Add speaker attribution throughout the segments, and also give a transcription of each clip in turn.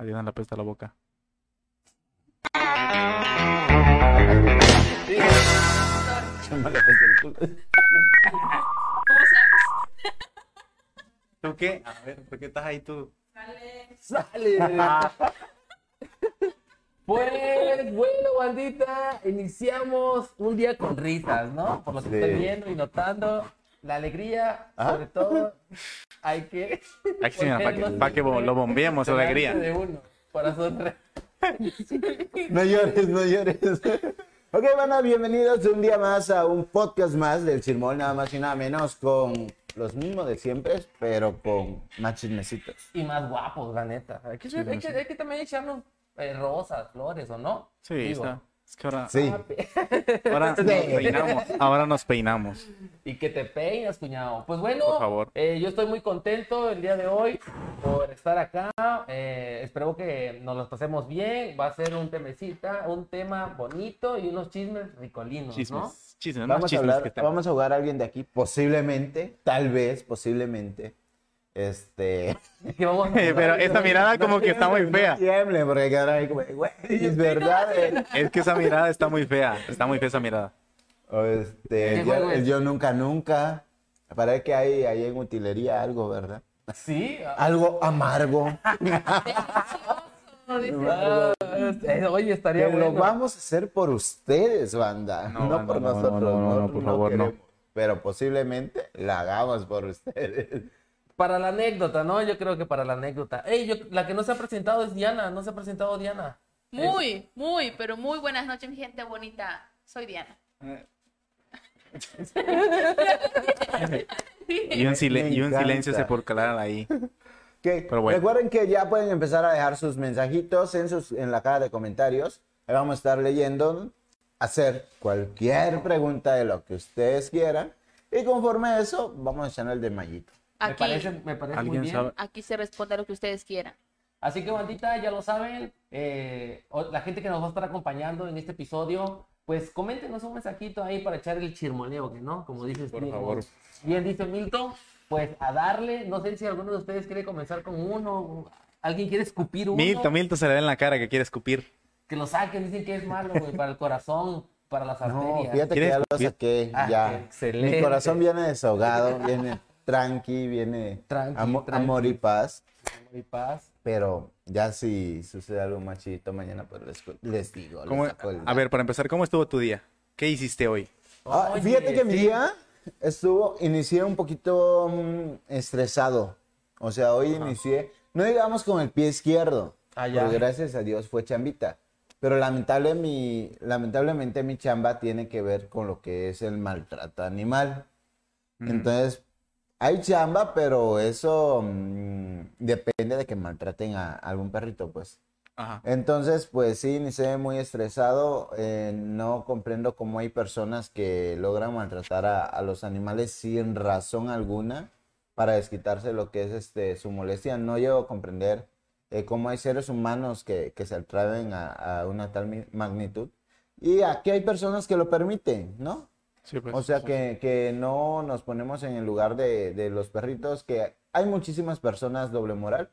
Speaker 1: A Diana la pesta la boca.
Speaker 2: ¿Cómo sabes?
Speaker 3: ¿Tú qué? A ver, ¿por qué estás ahí tú?
Speaker 2: Sale.
Speaker 4: ¡Sale! Pues bueno, bandita, iniciamos un día con risas, ¿no? Por lo que
Speaker 5: Sí.
Speaker 4: estoy viendo y notando. La alegría,
Speaker 5: Ah.
Speaker 4: sobre todo, hay que.
Speaker 1: Aquí sí, mira, para que,
Speaker 4: ponernos
Speaker 1: pa' que bo- lo bombeemos, la
Speaker 4: delante
Speaker 1: alegría.
Speaker 4: De uno, para sonreír.
Speaker 5: No llores, no llores. Ok, banda, bienvenidos un día más a un podcast más del Chirmol, nada más y nada menos, con los mismos de siempre, pero con más chismecitos.
Speaker 4: Y más guapos, la neta. Hay que, hay que- hay que también echarnos eh, rosas, flores, ¿o no?
Speaker 1: Sí,
Speaker 4: Digo,
Speaker 1: está. Es que ahora,
Speaker 4: Ah,
Speaker 5: Sí.
Speaker 1: ahora nos peinamos. Ahora nos peinamos.
Speaker 4: Y que te peinas, cuñado. Pues bueno,
Speaker 1: Por favor.
Speaker 4: eh, yo estoy muy contento el día de hoy por estar acá. Eh, espero que nos los pasemos bien. Va a ser un temecita, un tema bonito y unos chismes ricolinos, ¿no?
Speaker 1: Chismes. Chismes, más
Speaker 5: Vamos a,
Speaker 1: chismes
Speaker 5: hablar,
Speaker 1: que tenemos.
Speaker 5: vamos a jugar a alguien de aquí, posiblemente, tal vez, posiblemente. Este.
Speaker 4: Que vamos a-
Speaker 1: Pero esa mirada como que está muy fea.
Speaker 5: Tiemble, porque quedaron ahí como, güey, es verdad. eh.
Speaker 1: Es que esa mirada está muy fea. Está muy fea esa mirada.
Speaker 5: O este,
Speaker 4: ¿Qué juego
Speaker 5: yo,
Speaker 4: es?
Speaker 5: yo nunca, nunca. Parece que hay ahí en utilería algo, ¿verdad?
Speaker 4: Sí. ah,
Speaker 5: Algo amargo.
Speaker 2: No, dice,
Speaker 4: ah, eh, Oye, estaría
Speaker 5: Pero
Speaker 4: bueno.
Speaker 5: lo vamos a hacer por ustedes, banda.
Speaker 1: No,
Speaker 5: No,
Speaker 1: banda,
Speaker 5: por
Speaker 1: no, no,
Speaker 5: nosotros.
Speaker 1: no, no, no, por favor, no.
Speaker 5: queremos. Pero posiblemente la hagamos por ustedes.
Speaker 4: Para la anécdota, ¿no? Yo creo que para la anécdota. Ey, yo- la que no se ha presentado es Diana. No se ha presentado Diana.
Speaker 2: Muy, muy, pero muy buenas noches, mi gente bonita. Soy Diana.
Speaker 1: Y un, sile-
Speaker 5: Me
Speaker 1: y un silencio
Speaker 5: encanta.
Speaker 1: sepulcral ahí.
Speaker 5: Que
Speaker 1: Pero bueno.
Speaker 5: Recuerden que ya pueden empezar a dejar sus mensajitos en, sus, en la caja de comentarios. Ahí Vamos a estar leyendo, hacer cualquier pregunta de lo que ustedes quieran. Y conforme a eso, vamos a echar el desmayito.
Speaker 4: Me
Speaker 2: Aquí,
Speaker 4: parece, me parece muy
Speaker 1: ¿Alguien
Speaker 4: bien.
Speaker 1: sabe?
Speaker 2: aquí se responde a lo que ustedes quieran.
Speaker 4: Así que, bandita, ya lo saben, eh, o- la gente que nos va a estar acompañando en este episodio, pues coméntenos un mensajito ahí para echar el chirmoleo, que no, como dices
Speaker 1: por
Speaker 4: tú, como
Speaker 1: favor.
Speaker 4: Bien dice Milton, pues a darle, no sé si alguno de ustedes quiere comenzar con uno, alguien quiere escupir uno,
Speaker 1: Milton, Milton se le ve en la cara que quiere escupir.
Speaker 4: que lo saquen, dicen que es malo, güey, para el corazón, para las
Speaker 5: No,
Speaker 4: arterias.
Speaker 5: fíjate que
Speaker 1: ¿Quieres
Speaker 5: ya lo
Speaker 1: escupir?
Speaker 5: saqué.
Speaker 4: Ah,
Speaker 5: ya.
Speaker 4: excelente.
Speaker 5: Mi corazón viene deshogado, viene tranqui, viene
Speaker 4: Tranqui,
Speaker 5: amo-
Speaker 4: tranqui.
Speaker 5: amor y paz.
Speaker 4: Amor y paz.
Speaker 5: Pero ya si sucede algo más chidito mañana, pues les, cu- les digo. les
Speaker 1: ¿Cómo-
Speaker 5: saco el-
Speaker 1: A ver, para empezar, ¿cómo estuvo tu día? ¿Qué hiciste hoy?
Speaker 5: Ah,
Speaker 4: Oye,
Speaker 5: fíjate que mi
Speaker 4: sí.
Speaker 5: día estuvo, inicié un poquito mm, estresado. O sea, hoy inicié, no digamos con el pie izquierdo,
Speaker 4: Ah, ya.
Speaker 5: porque gracias a Dios fue chambita. Pero lamentable mi, lamentablemente mi chamba tiene que ver con lo que es el maltrato animal. Entonces, hay chamba, pero eso mm, depende de que maltraten a algún perrito, pues.
Speaker 1: Ajá.
Speaker 5: Entonces, pues sí, inicié muy estresado. eh, no comprendo cómo hay personas que logran maltratar a, a los animales sin razón alguna para desquitarse lo que es este, su molestia. No llego a comprender eh, cómo hay seres humanos que, que se atreven a, a una tal mi- magnitud. Y aquí hay personas que lo permiten, ¿no?
Speaker 1: Sí, pues.
Speaker 5: O sea, que, que no nos ponemos en el lugar de, de los perritos, que hay muchísimas personas doble moral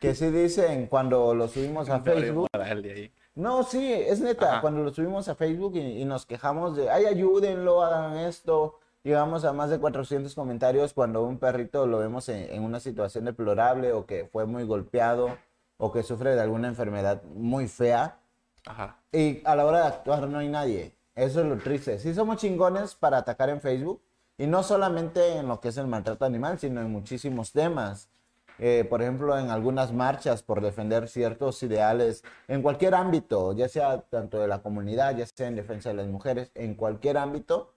Speaker 5: que sí dicen cuando lo subimos a Facebook.
Speaker 1: Dale ahí.
Speaker 5: No, sí, es neta,
Speaker 1: Ajá.
Speaker 5: cuando lo subimos a Facebook y, y nos quejamos de, ay, ayúdenlo, hagan esto. Llegamos a más de 400 comentarios cuando un perrito lo vemos en, en una situación deplorable o que fue muy golpeado o que sufre de alguna enfermedad muy fea.
Speaker 1: Ajá.
Speaker 5: Y a la hora de actuar no hay nadie. Eso es lo triste. Sí somos chingones para atacar en Facebook. Y no solamente en lo que es el maltrato animal, sino en muchísimos temas. Eh, por ejemplo, en algunas marchas por defender ciertos ideales, en cualquier ámbito, ya sea tanto de la comunidad, ya sea en defensa de las mujeres, en cualquier ámbito,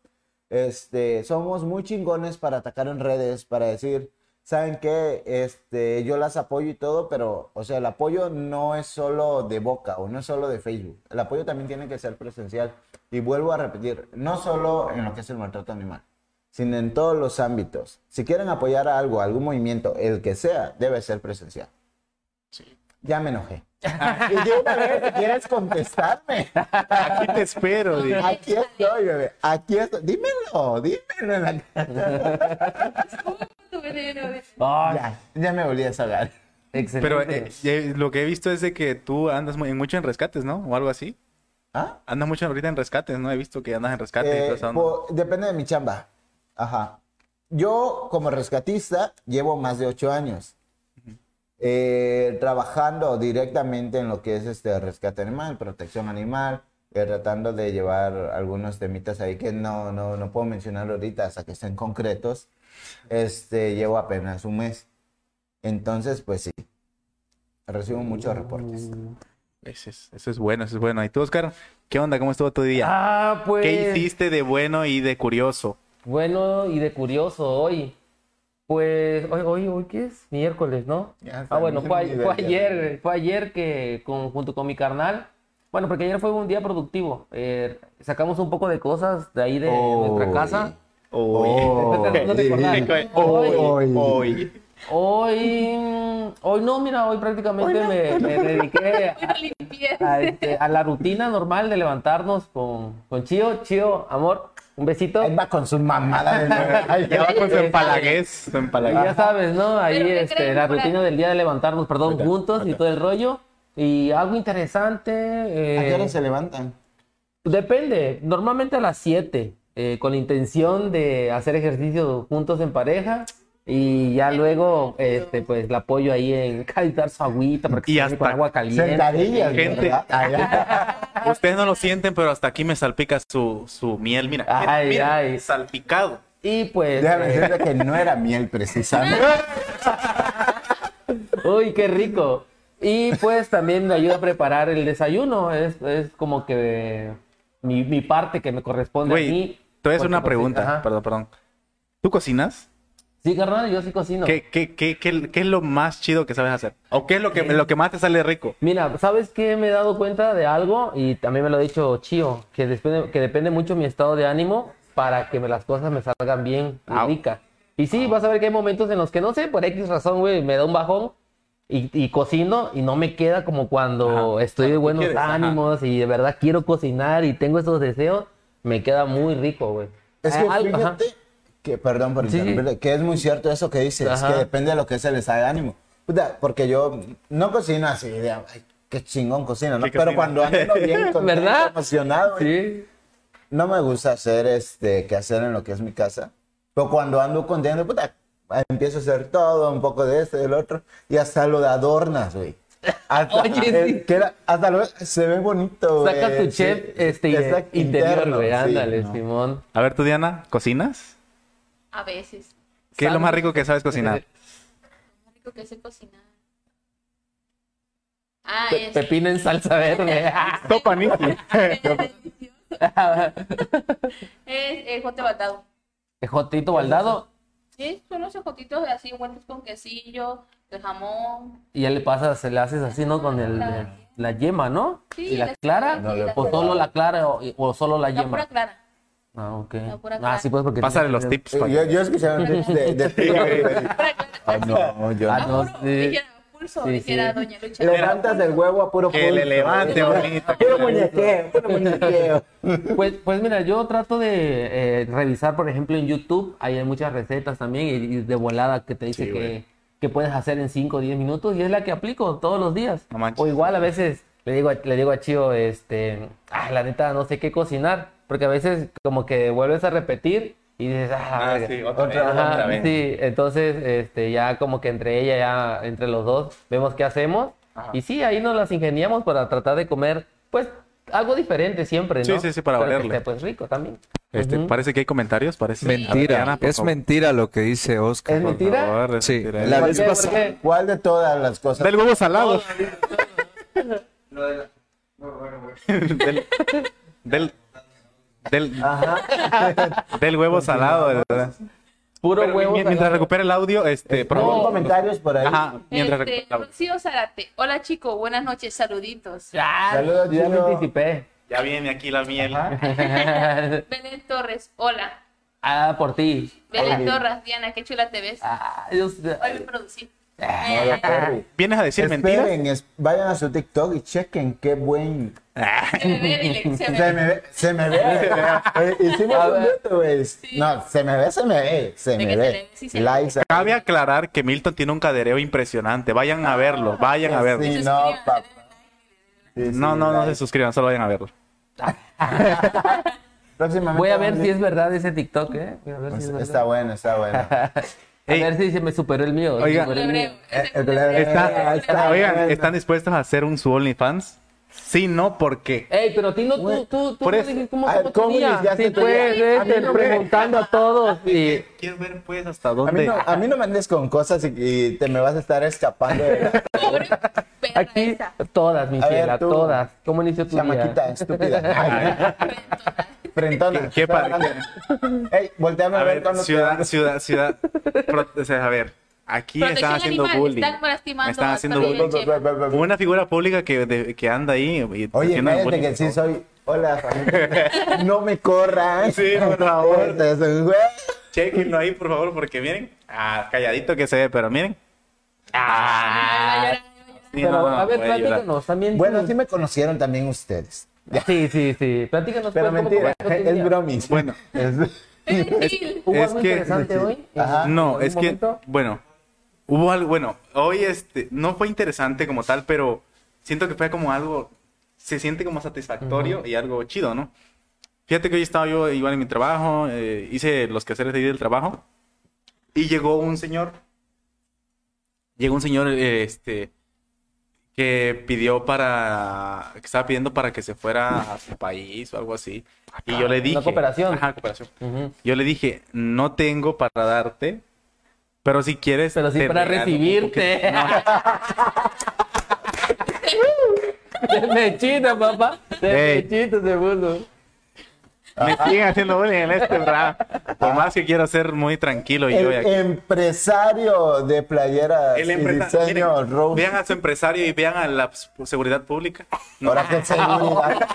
Speaker 5: este, somos muy chingones para atacar en redes, para decir, ¿saben qué? Este, yo las apoyo y todo, pero, o sea, el apoyo no es solo de boca o no es solo de Facebook. El apoyo también tiene que ser presencial. Y vuelvo a repetir, no solo en lo que es el maltrato animal, sino en todos los ámbitos. Si quieren apoyar a algo, a algún movimiento, el que sea, debe ser presencial. Ya me enojé. y de una vez, si quieres contestarme.
Speaker 1: Aquí te espero, di.
Speaker 5: Aquí estoy, bebé. Aquí estoy. Dímelo, dímelo en la
Speaker 2: Tu veneno, dice.
Speaker 4: Ay,
Speaker 5: Ya, ya me volví a sacar.
Speaker 1: Pero
Speaker 4: Excelente.
Speaker 1: eh, eh, lo que he visto es de que tú andas muy- mucho en rescates, ¿no? O algo así.
Speaker 5: ¿Ah?
Speaker 1: Andas mucho ahorita en rescates, ¿no? He visto que andas en rescate y
Speaker 5: Eh,
Speaker 1: toda esa onda.
Speaker 5: po- depende de mi chamba. Ajá. Yo, como rescatista, llevo más de ocho años eh, trabajando directamente en lo que es este rescate animal, protección animal, eh, tratando de llevar algunos temitas ahí que no, no, no puedo mencionar ahorita hasta que estén concretos. Este, llevo apenas un mes. Entonces, pues sí, recibo muchos reportes.
Speaker 1: Eso es, eso es bueno, eso es bueno. ¿Y tú, Oscar? ¿Qué onda? ¿Cómo estuvo tu día?
Speaker 4: Ah, pues.
Speaker 1: ¿Qué hiciste de bueno y de curioso?
Speaker 4: Bueno y de curioso hoy. Pues, hoy, hoy, hoy, ¿qué es? Miércoles, ¿no?
Speaker 5: Ya está,
Speaker 4: Ah, bueno,
Speaker 5: no
Speaker 4: fue,
Speaker 5: tengo ni
Speaker 4: a- fue
Speaker 5: idea.
Speaker 4: ayer, fue ayer que con, junto con mi carnal, bueno, porque ayer fue un día productivo. Eh, sacamos un poco de cosas de ahí de nuestra
Speaker 5: Oy.
Speaker 4: casa.
Speaker 5: Oh,
Speaker 4: No te- no te
Speaker 5: sí.
Speaker 4: acordás.
Speaker 5: Oy.
Speaker 1: Hoy,
Speaker 5: Oy.
Speaker 1: hoy.
Speaker 4: Hoy, mm, hoy no, mira, hoy prácticamente me, me dediqué a,
Speaker 2: Una limpieza.
Speaker 4: a, este, a la rutina normal de levantarnos con, con Chio. Chio, amor, un besito.
Speaker 5: Ahí va con su mamada de nuevo.
Speaker 1: Ya va con su empalaguez, su
Speaker 4: Y
Speaker 1: empalaguez.
Speaker 4: ya sabes, ¿no? Ahí
Speaker 2: ¿qué
Speaker 4: este,
Speaker 2: creen,
Speaker 4: la
Speaker 2: Fran?
Speaker 4: rutina del día de levantarnos, perdón,
Speaker 5: Acá,
Speaker 4: juntos y
Speaker 5: acá.
Speaker 4: todo el rollo. Y algo interesante.
Speaker 5: ¿A qué
Speaker 4: eh,
Speaker 5: hora se levantan?
Speaker 4: Depende, normalmente a las 7, eh, con la intención de hacer ejercicio juntos en pareja y ya luego, este, pues, la apoyo ahí en calentar su agüita porque
Speaker 1: Y
Speaker 4: se bañe con
Speaker 1: hasta
Speaker 4: agua caliente.
Speaker 5: Sentadillas,
Speaker 1: gente.
Speaker 5: ¿verdad? Ay, ay.
Speaker 1: Ustedes no lo sienten, pero hasta aquí me salpica su, su miel. Mira, mira,
Speaker 4: Ay,
Speaker 1: mira,
Speaker 4: ay.
Speaker 1: salpicado.
Speaker 4: Y pues,
Speaker 5: Déjame
Speaker 4: eh,
Speaker 5: decirte que no era miel precisamente.
Speaker 4: Ah, uy, qué rico. Y pues también me ayuda a preparar el desayuno, es, es como que mi, mi parte que me corresponde a
Speaker 1: Güey,
Speaker 4: mí.
Speaker 1: te voy a hacer
Speaker 4: porque
Speaker 1: una
Speaker 4: pues, sí,
Speaker 1: pregunta.
Speaker 4: ajá.
Speaker 1: Perdón, perdón. ¿Tú cocinas?
Speaker 4: Sí, carnal, yo sí cocino.
Speaker 1: ¿Qué, qué, qué, qué, qué es lo más chido que sabes hacer? ¿O qué es
Speaker 4: Eh.
Speaker 1: lo que, lo que más te sale rico?
Speaker 4: Mira, ¿sabes qué? Me he dado cuenta de algo y también me lo ha dicho Chio, que depende, que depende mucho mi estado de ánimo para que me, las cosas me salgan bien y
Speaker 1: Au.
Speaker 4: rica. Y sí, vas a ver que hay momentos en los que, no sé, por X razón, güey, me da un bajón y, y cocino y no me queda como cuando
Speaker 1: Ajá,
Speaker 4: estoy
Speaker 1: cuando tú
Speaker 4: de buenos
Speaker 1: quieres, ajá.
Speaker 4: ánimos y de verdad quiero cocinar y tengo esos deseos, me queda muy rico, güey.
Speaker 5: Es que
Speaker 4: Ah, algo- ajá.
Speaker 5: fíjate que, perdón por
Speaker 4: Sí, sí.
Speaker 5: interrumpirte, que es muy cierto eso que dices,
Speaker 4: Ajá.
Speaker 5: que depende de lo que se les haga ánimo. Puta, porque yo no cocino así, de, ay, qué chingón cocino, ¿no?
Speaker 1: Sí,
Speaker 5: Pero
Speaker 1: cocina.
Speaker 5: cuando ando bien, contento,
Speaker 4: ¿Verdad?
Speaker 5: emocionado, güey,
Speaker 4: Sí.
Speaker 5: no me gusta hacer este que hacer en lo que es mi casa. Pero cuando ando contento, puta, empiezo a hacer todo, un poco de este, del otro, y hasta lo de adornas, güey. Hasta,
Speaker 4: Oye, sí.
Speaker 5: eh, queda- hasta lo- se ve bonito, güey.
Speaker 4: Sacas tu
Speaker 5: Sí,
Speaker 4: chef este,
Speaker 5: está
Speaker 4: interior,
Speaker 5: interno,
Speaker 4: güey,
Speaker 5: sí,
Speaker 4: ándale,
Speaker 5: ¿no?
Speaker 4: Simón.
Speaker 1: A ver, tú, Diana, ¿cocinas?
Speaker 2: A veces.
Speaker 1: ¿Qué es lo
Speaker 4: ¿Sabes?
Speaker 1: más rico que sabes cocinar?
Speaker 2: Lo único que sé cocinar. Ah,
Speaker 4: Pe-
Speaker 2: es.
Speaker 4: Pepino en salsa verde.
Speaker 1: Sopa, Niki.
Speaker 2: Es delicioso. Es ejote batado.
Speaker 4: Jotito Baldado.
Speaker 2: Sí, son los ejotitos de así, envueltos con quesillo, de jamón.
Speaker 4: Y ya le pasas, se le haces así, ¿no? Con el,
Speaker 2: La-
Speaker 4: la yema, ¿no?
Speaker 2: Sí,
Speaker 4: y la
Speaker 2: la-
Speaker 4: clara.
Speaker 2: No, la-
Speaker 4: o solo la clara o, o solo la
Speaker 2: La pura
Speaker 4: yema.
Speaker 2: clara.
Speaker 4: Ah, ok.
Speaker 2: la pura
Speaker 4: Ah,
Speaker 2: clara.
Speaker 4: sí, pues porque.
Speaker 1: Pásale
Speaker 4: tiene
Speaker 1: los
Speaker 4: que-
Speaker 1: tips.
Speaker 5: Yo,
Speaker 1: pa'
Speaker 4: eh,
Speaker 1: que-
Speaker 5: yo escuché un tip de, de ti, güey.
Speaker 2: Pura clara.
Speaker 5: Ah, no, yo
Speaker 4: Ah,
Speaker 2: A
Speaker 5: no.
Speaker 4: no,
Speaker 2: puro,
Speaker 4: sí.
Speaker 2: dijera pulso,
Speaker 4: Sí,
Speaker 2: dijera
Speaker 4: sí.
Speaker 2: Doña Lucha.
Speaker 5: Levantas el huevo a puro
Speaker 1: Que le
Speaker 5: pulso.
Speaker 1: levante, bonita. que
Speaker 5: Puro
Speaker 1: le-
Speaker 5: muñequeo, puro muñequeo.
Speaker 4: Pues, pues mira, yo trato de eh, revisar, por ejemplo, en YouTube. Ahí hay muchas recetas también y, y de volada que te dice
Speaker 1: Sí, güey.
Speaker 4: que, que puedes hacer en 5 o 10 minutos. Y es la que aplico todos los días.
Speaker 1: No manches.
Speaker 4: o igual a veces le digo, a- le digo a Chio, este, ah, la neta no sé qué cocinar. Porque a veces como que vuelves a repetir y dices, ah, la
Speaker 1: Ah,
Speaker 4: verga".
Speaker 1: sí, otra vez,
Speaker 4: Ajá,
Speaker 1: otra vez.
Speaker 4: sí, entonces este, ya como que entre ella, ya entre los dos, vemos qué hacemos.
Speaker 1: Ajá.
Speaker 4: Y sí, ahí nos las ingeniamos para tratar de comer, pues, algo diferente siempre, ¿no?
Speaker 1: Sí, sí, sí, para
Speaker 4: Pero que
Speaker 1: valerle.
Speaker 4: esté, pues rico también.
Speaker 1: Este,
Speaker 4: Ujú.
Speaker 1: Parece que hay comentarios. Parece... A ver,
Speaker 6: Mentira,
Speaker 1: Diana, por
Speaker 6: es
Speaker 1: favor.
Speaker 6: mentira lo que dice
Speaker 4: ¿Es
Speaker 6: Oscar.
Speaker 1: Por
Speaker 4: mentira?
Speaker 1: favor, es
Speaker 6: Sí.
Speaker 1: mentira.
Speaker 6: La
Speaker 4: ¿Por
Speaker 6: vez
Speaker 4: qué? ¿Por
Speaker 6: pasada-
Speaker 4: qué?
Speaker 5: ¿Cuál de todas las cosas?
Speaker 1: Del huevo salado. del, del, del, del huevo salado, de ¿verdad?
Speaker 4: Puro
Speaker 1: Pero
Speaker 4: huevo.
Speaker 1: mi- mientras
Speaker 4: salado.
Speaker 1: recupera el audio, este, por
Speaker 5: No,
Speaker 1: favor.
Speaker 5: comentarios por ahí.
Speaker 1: Ajá, mientras
Speaker 2: Este,
Speaker 1: recupera el audio.
Speaker 2: Rocío Zárate. Hola chicos, buenas noches, saluditos.
Speaker 4: Ah,
Speaker 5: Saludos,
Speaker 4: ya me
Speaker 5: Chio.
Speaker 4: anticipé.
Speaker 1: Ya viene aquí la miel.
Speaker 2: Belén Torres, hola.
Speaker 4: ah, por ti.
Speaker 2: Belén Torres, Diana, qué chula te ves.
Speaker 4: Ah, yo-
Speaker 2: Hoy me producí.
Speaker 5: Mario Ah, Perry.
Speaker 1: ¿Vienes a decir mentiras?
Speaker 5: Esperen, es- vayan a su TikTok y chequen qué buen.
Speaker 2: Se me ve, dile, se me
Speaker 5: Se
Speaker 2: ve.
Speaker 5: me ve, se me ve. Eh, Hicimos
Speaker 4: A
Speaker 5: un
Speaker 4: ver.
Speaker 5: reto, güey. No, se me ve, se me ve, se
Speaker 2: que
Speaker 5: me
Speaker 2: se
Speaker 5: ve.
Speaker 2: le- sí se
Speaker 5: Likes.
Speaker 1: Cabe aclarar que Milton tiene un cadereo impresionante. Vayan a verlo, vayan a verlo.
Speaker 5: Sí, no, papá. Ah, Sí,
Speaker 1: No,
Speaker 5: sí,
Speaker 1: no, no se
Speaker 5: likes.
Speaker 1: suscriban, solo vayan a verlo.
Speaker 5: Próximamente
Speaker 4: Voy a ver
Speaker 5: vamos
Speaker 4: si es verdad ese TikTok, ¿eh? Voy a ver si es verdad.
Speaker 5: Pues Está bueno, está bueno.
Speaker 4: A
Speaker 1: Ey.
Speaker 4: ver si se me superó el mío. se
Speaker 1: Oiga.
Speaker 4: superó el mío.
Speaker 5: Eh, el culebra.
Speaker 1: Está-
Speaker 5: Eh, está
Speaker 1: oigan,
Speaker 5: bueno.
Speaker 1: ¿están dispuestos a hacer un su OnlyFans? Sí, no, porque
Speaker 4: Ey, pero Tino, tú, tú, tú,
Speaker 1: por
Speaker 4: no
Speaker 1: eso.
Speaker 4: dijiste cómo
Speaker 5: A ver,
Speaker 4: cómo
Speaker 5: Ah, ¿cómo
Speaker 4: tenía.
Speaker 5: iniciaste
Speaker 4: Sí,
Speaker 5: tú?
Speaker 4: pues,
Speaker 5: A mí
Speaker 4: este,
Speaker 5: no me-
Speaker 4: preguntando a todos. Y...
Speaker 1: quiero ver pues hasta
Speaker 5: A mí,
Speaker 1: dónde.
Speaker 5: no, a mí no me andes con cosas y, y te me vas a estar escapando. De...
Speaker 2: Pobre perra
Speaker 4: Aquí,
Speaker 2: esa.
Speaker 4: todas, mi
Speaker 5: A ver,
Speaker 4: ciela,
Speaker 5: tú.
Speaker 4: todas. ¿Cómo inició tu
Speaker 5: Chamaquita,
Speaker 4: día?
Speaker 5: estúpida. Frentona.
Speaker 1: Qué padre.
Speaker 5: Ey, volteame a,
Speaker 1: A
Speaker 5: ver
Speaker 1: ver,
Speaker 5: cuando
Speaker 1: ciudad, ciudad, ciudad. Pro- o sea, a ver, aquí
Speaker 2: Protección
Speaker 1: están haciendo
Speaker 2: animal,
Speaker 1: bullying.
Speaker 2: están lastimando
Speaker 1: Me están
Speaker 2: a
Speaker 1: haciendo
Speaker 2: Gabriel.
Speaker 1: bullying. Una figura pública que, de- que anda ahí. Y
Speaker 5: Oye,
Speaker 1: haciendo
Speaker 5: cállate
Speaker 1: bullying.
Speaker 5: que sí soy... Hola, familia. No me corran.
Speaker 1: Sí, por favor.
Speaker 5: Este es un güey.
Speaker 1: Chequenlo ahí, por favor, porque miren. Ah, calladito que se ve, pero miren.
Speaker 2: Ah,
Speaker 1: Sí,
Speaker 4: Pero,
Speaker 1: no, no,
Speaker 4: a ver,
Speaker 1: puede llorar.
Speaker 4: platícanos también.
Speaker 5: Bueno,
Speaker 4: tú.
Speaker 5: sí me conocieron también ustedes.
Speaker 4: sí, sí, sí. Platícanos.
Speaker 5: Pero
Speaker 4: pues, cómo
Speaker 5: mentira,
Speaker 4: comenzó tu
Speaker 5: es
Speaker 4: día.
Speaker 5: bromis.
Speaker 1: Bueno.
Speaker 5: Es-
Speaker 2: Virgil.
Speaker 4: ¿Hubo
Speaker 1: Es
Speaker 4: algo
Speaker 1: que-
Speaker 4: interesante hoy?
Speaker 5: Ajá.
Speaker 4: ¿En
Speaker 1: No,
Speaker 4: algún
Speaker 1: es que,
Speaker 4: momento?
Speaker 1: bueno, hubo algo, bueno, hoy este, no fue interesante como tal, pero siento que fue como algo, se siente como satisfactorio y algo chido, ¿no? Fíjate que hoy estaba yo igual en mi trabajo, eh, hice los quehaceres de ahí del trabajo y llegó un señor, llegó un señor, eh, este, que pidió para, que estaba pidiendo para que se fuera a su país o algo así. Y yo le
Speaker 4: Una
Speaker 1: dije...
Speaker 4: Ah, cooperación.
Speaker 1: Ajá, cooperación.
Speaker 4: Ujú.
Speaker 1: Yo le dije, no tengo para darte, pero si quieres.
Speaker 4: Pero sí
Speaker 1: te
Speaker 4: para
Speaker 1: regalo un
Speaker 4: recibirte.
Speaker 1: poquito". No,
Speaker 4: Mechita, papá. De
Speaker 1: Ey.
Speaker 4: mechita, segundo.
Speaker 1: me siguen haciendo bullying en este programa. Por más que quiero ser muy tranquilo y yo
Speaker 5: El
Speaker 1: voy aquí.
Speaker 5: empresario de playeras
Speaker 1: El
Speaker 5: y
Speaker 1: empresario.
Speaker 5: diseño
Speaker 1: miren,
Speaker 5: Rose.
Speaker 1: Vean a su empresario y vean a la s- seguridad pública. No,
Speaker 5: Ahora que seguridad.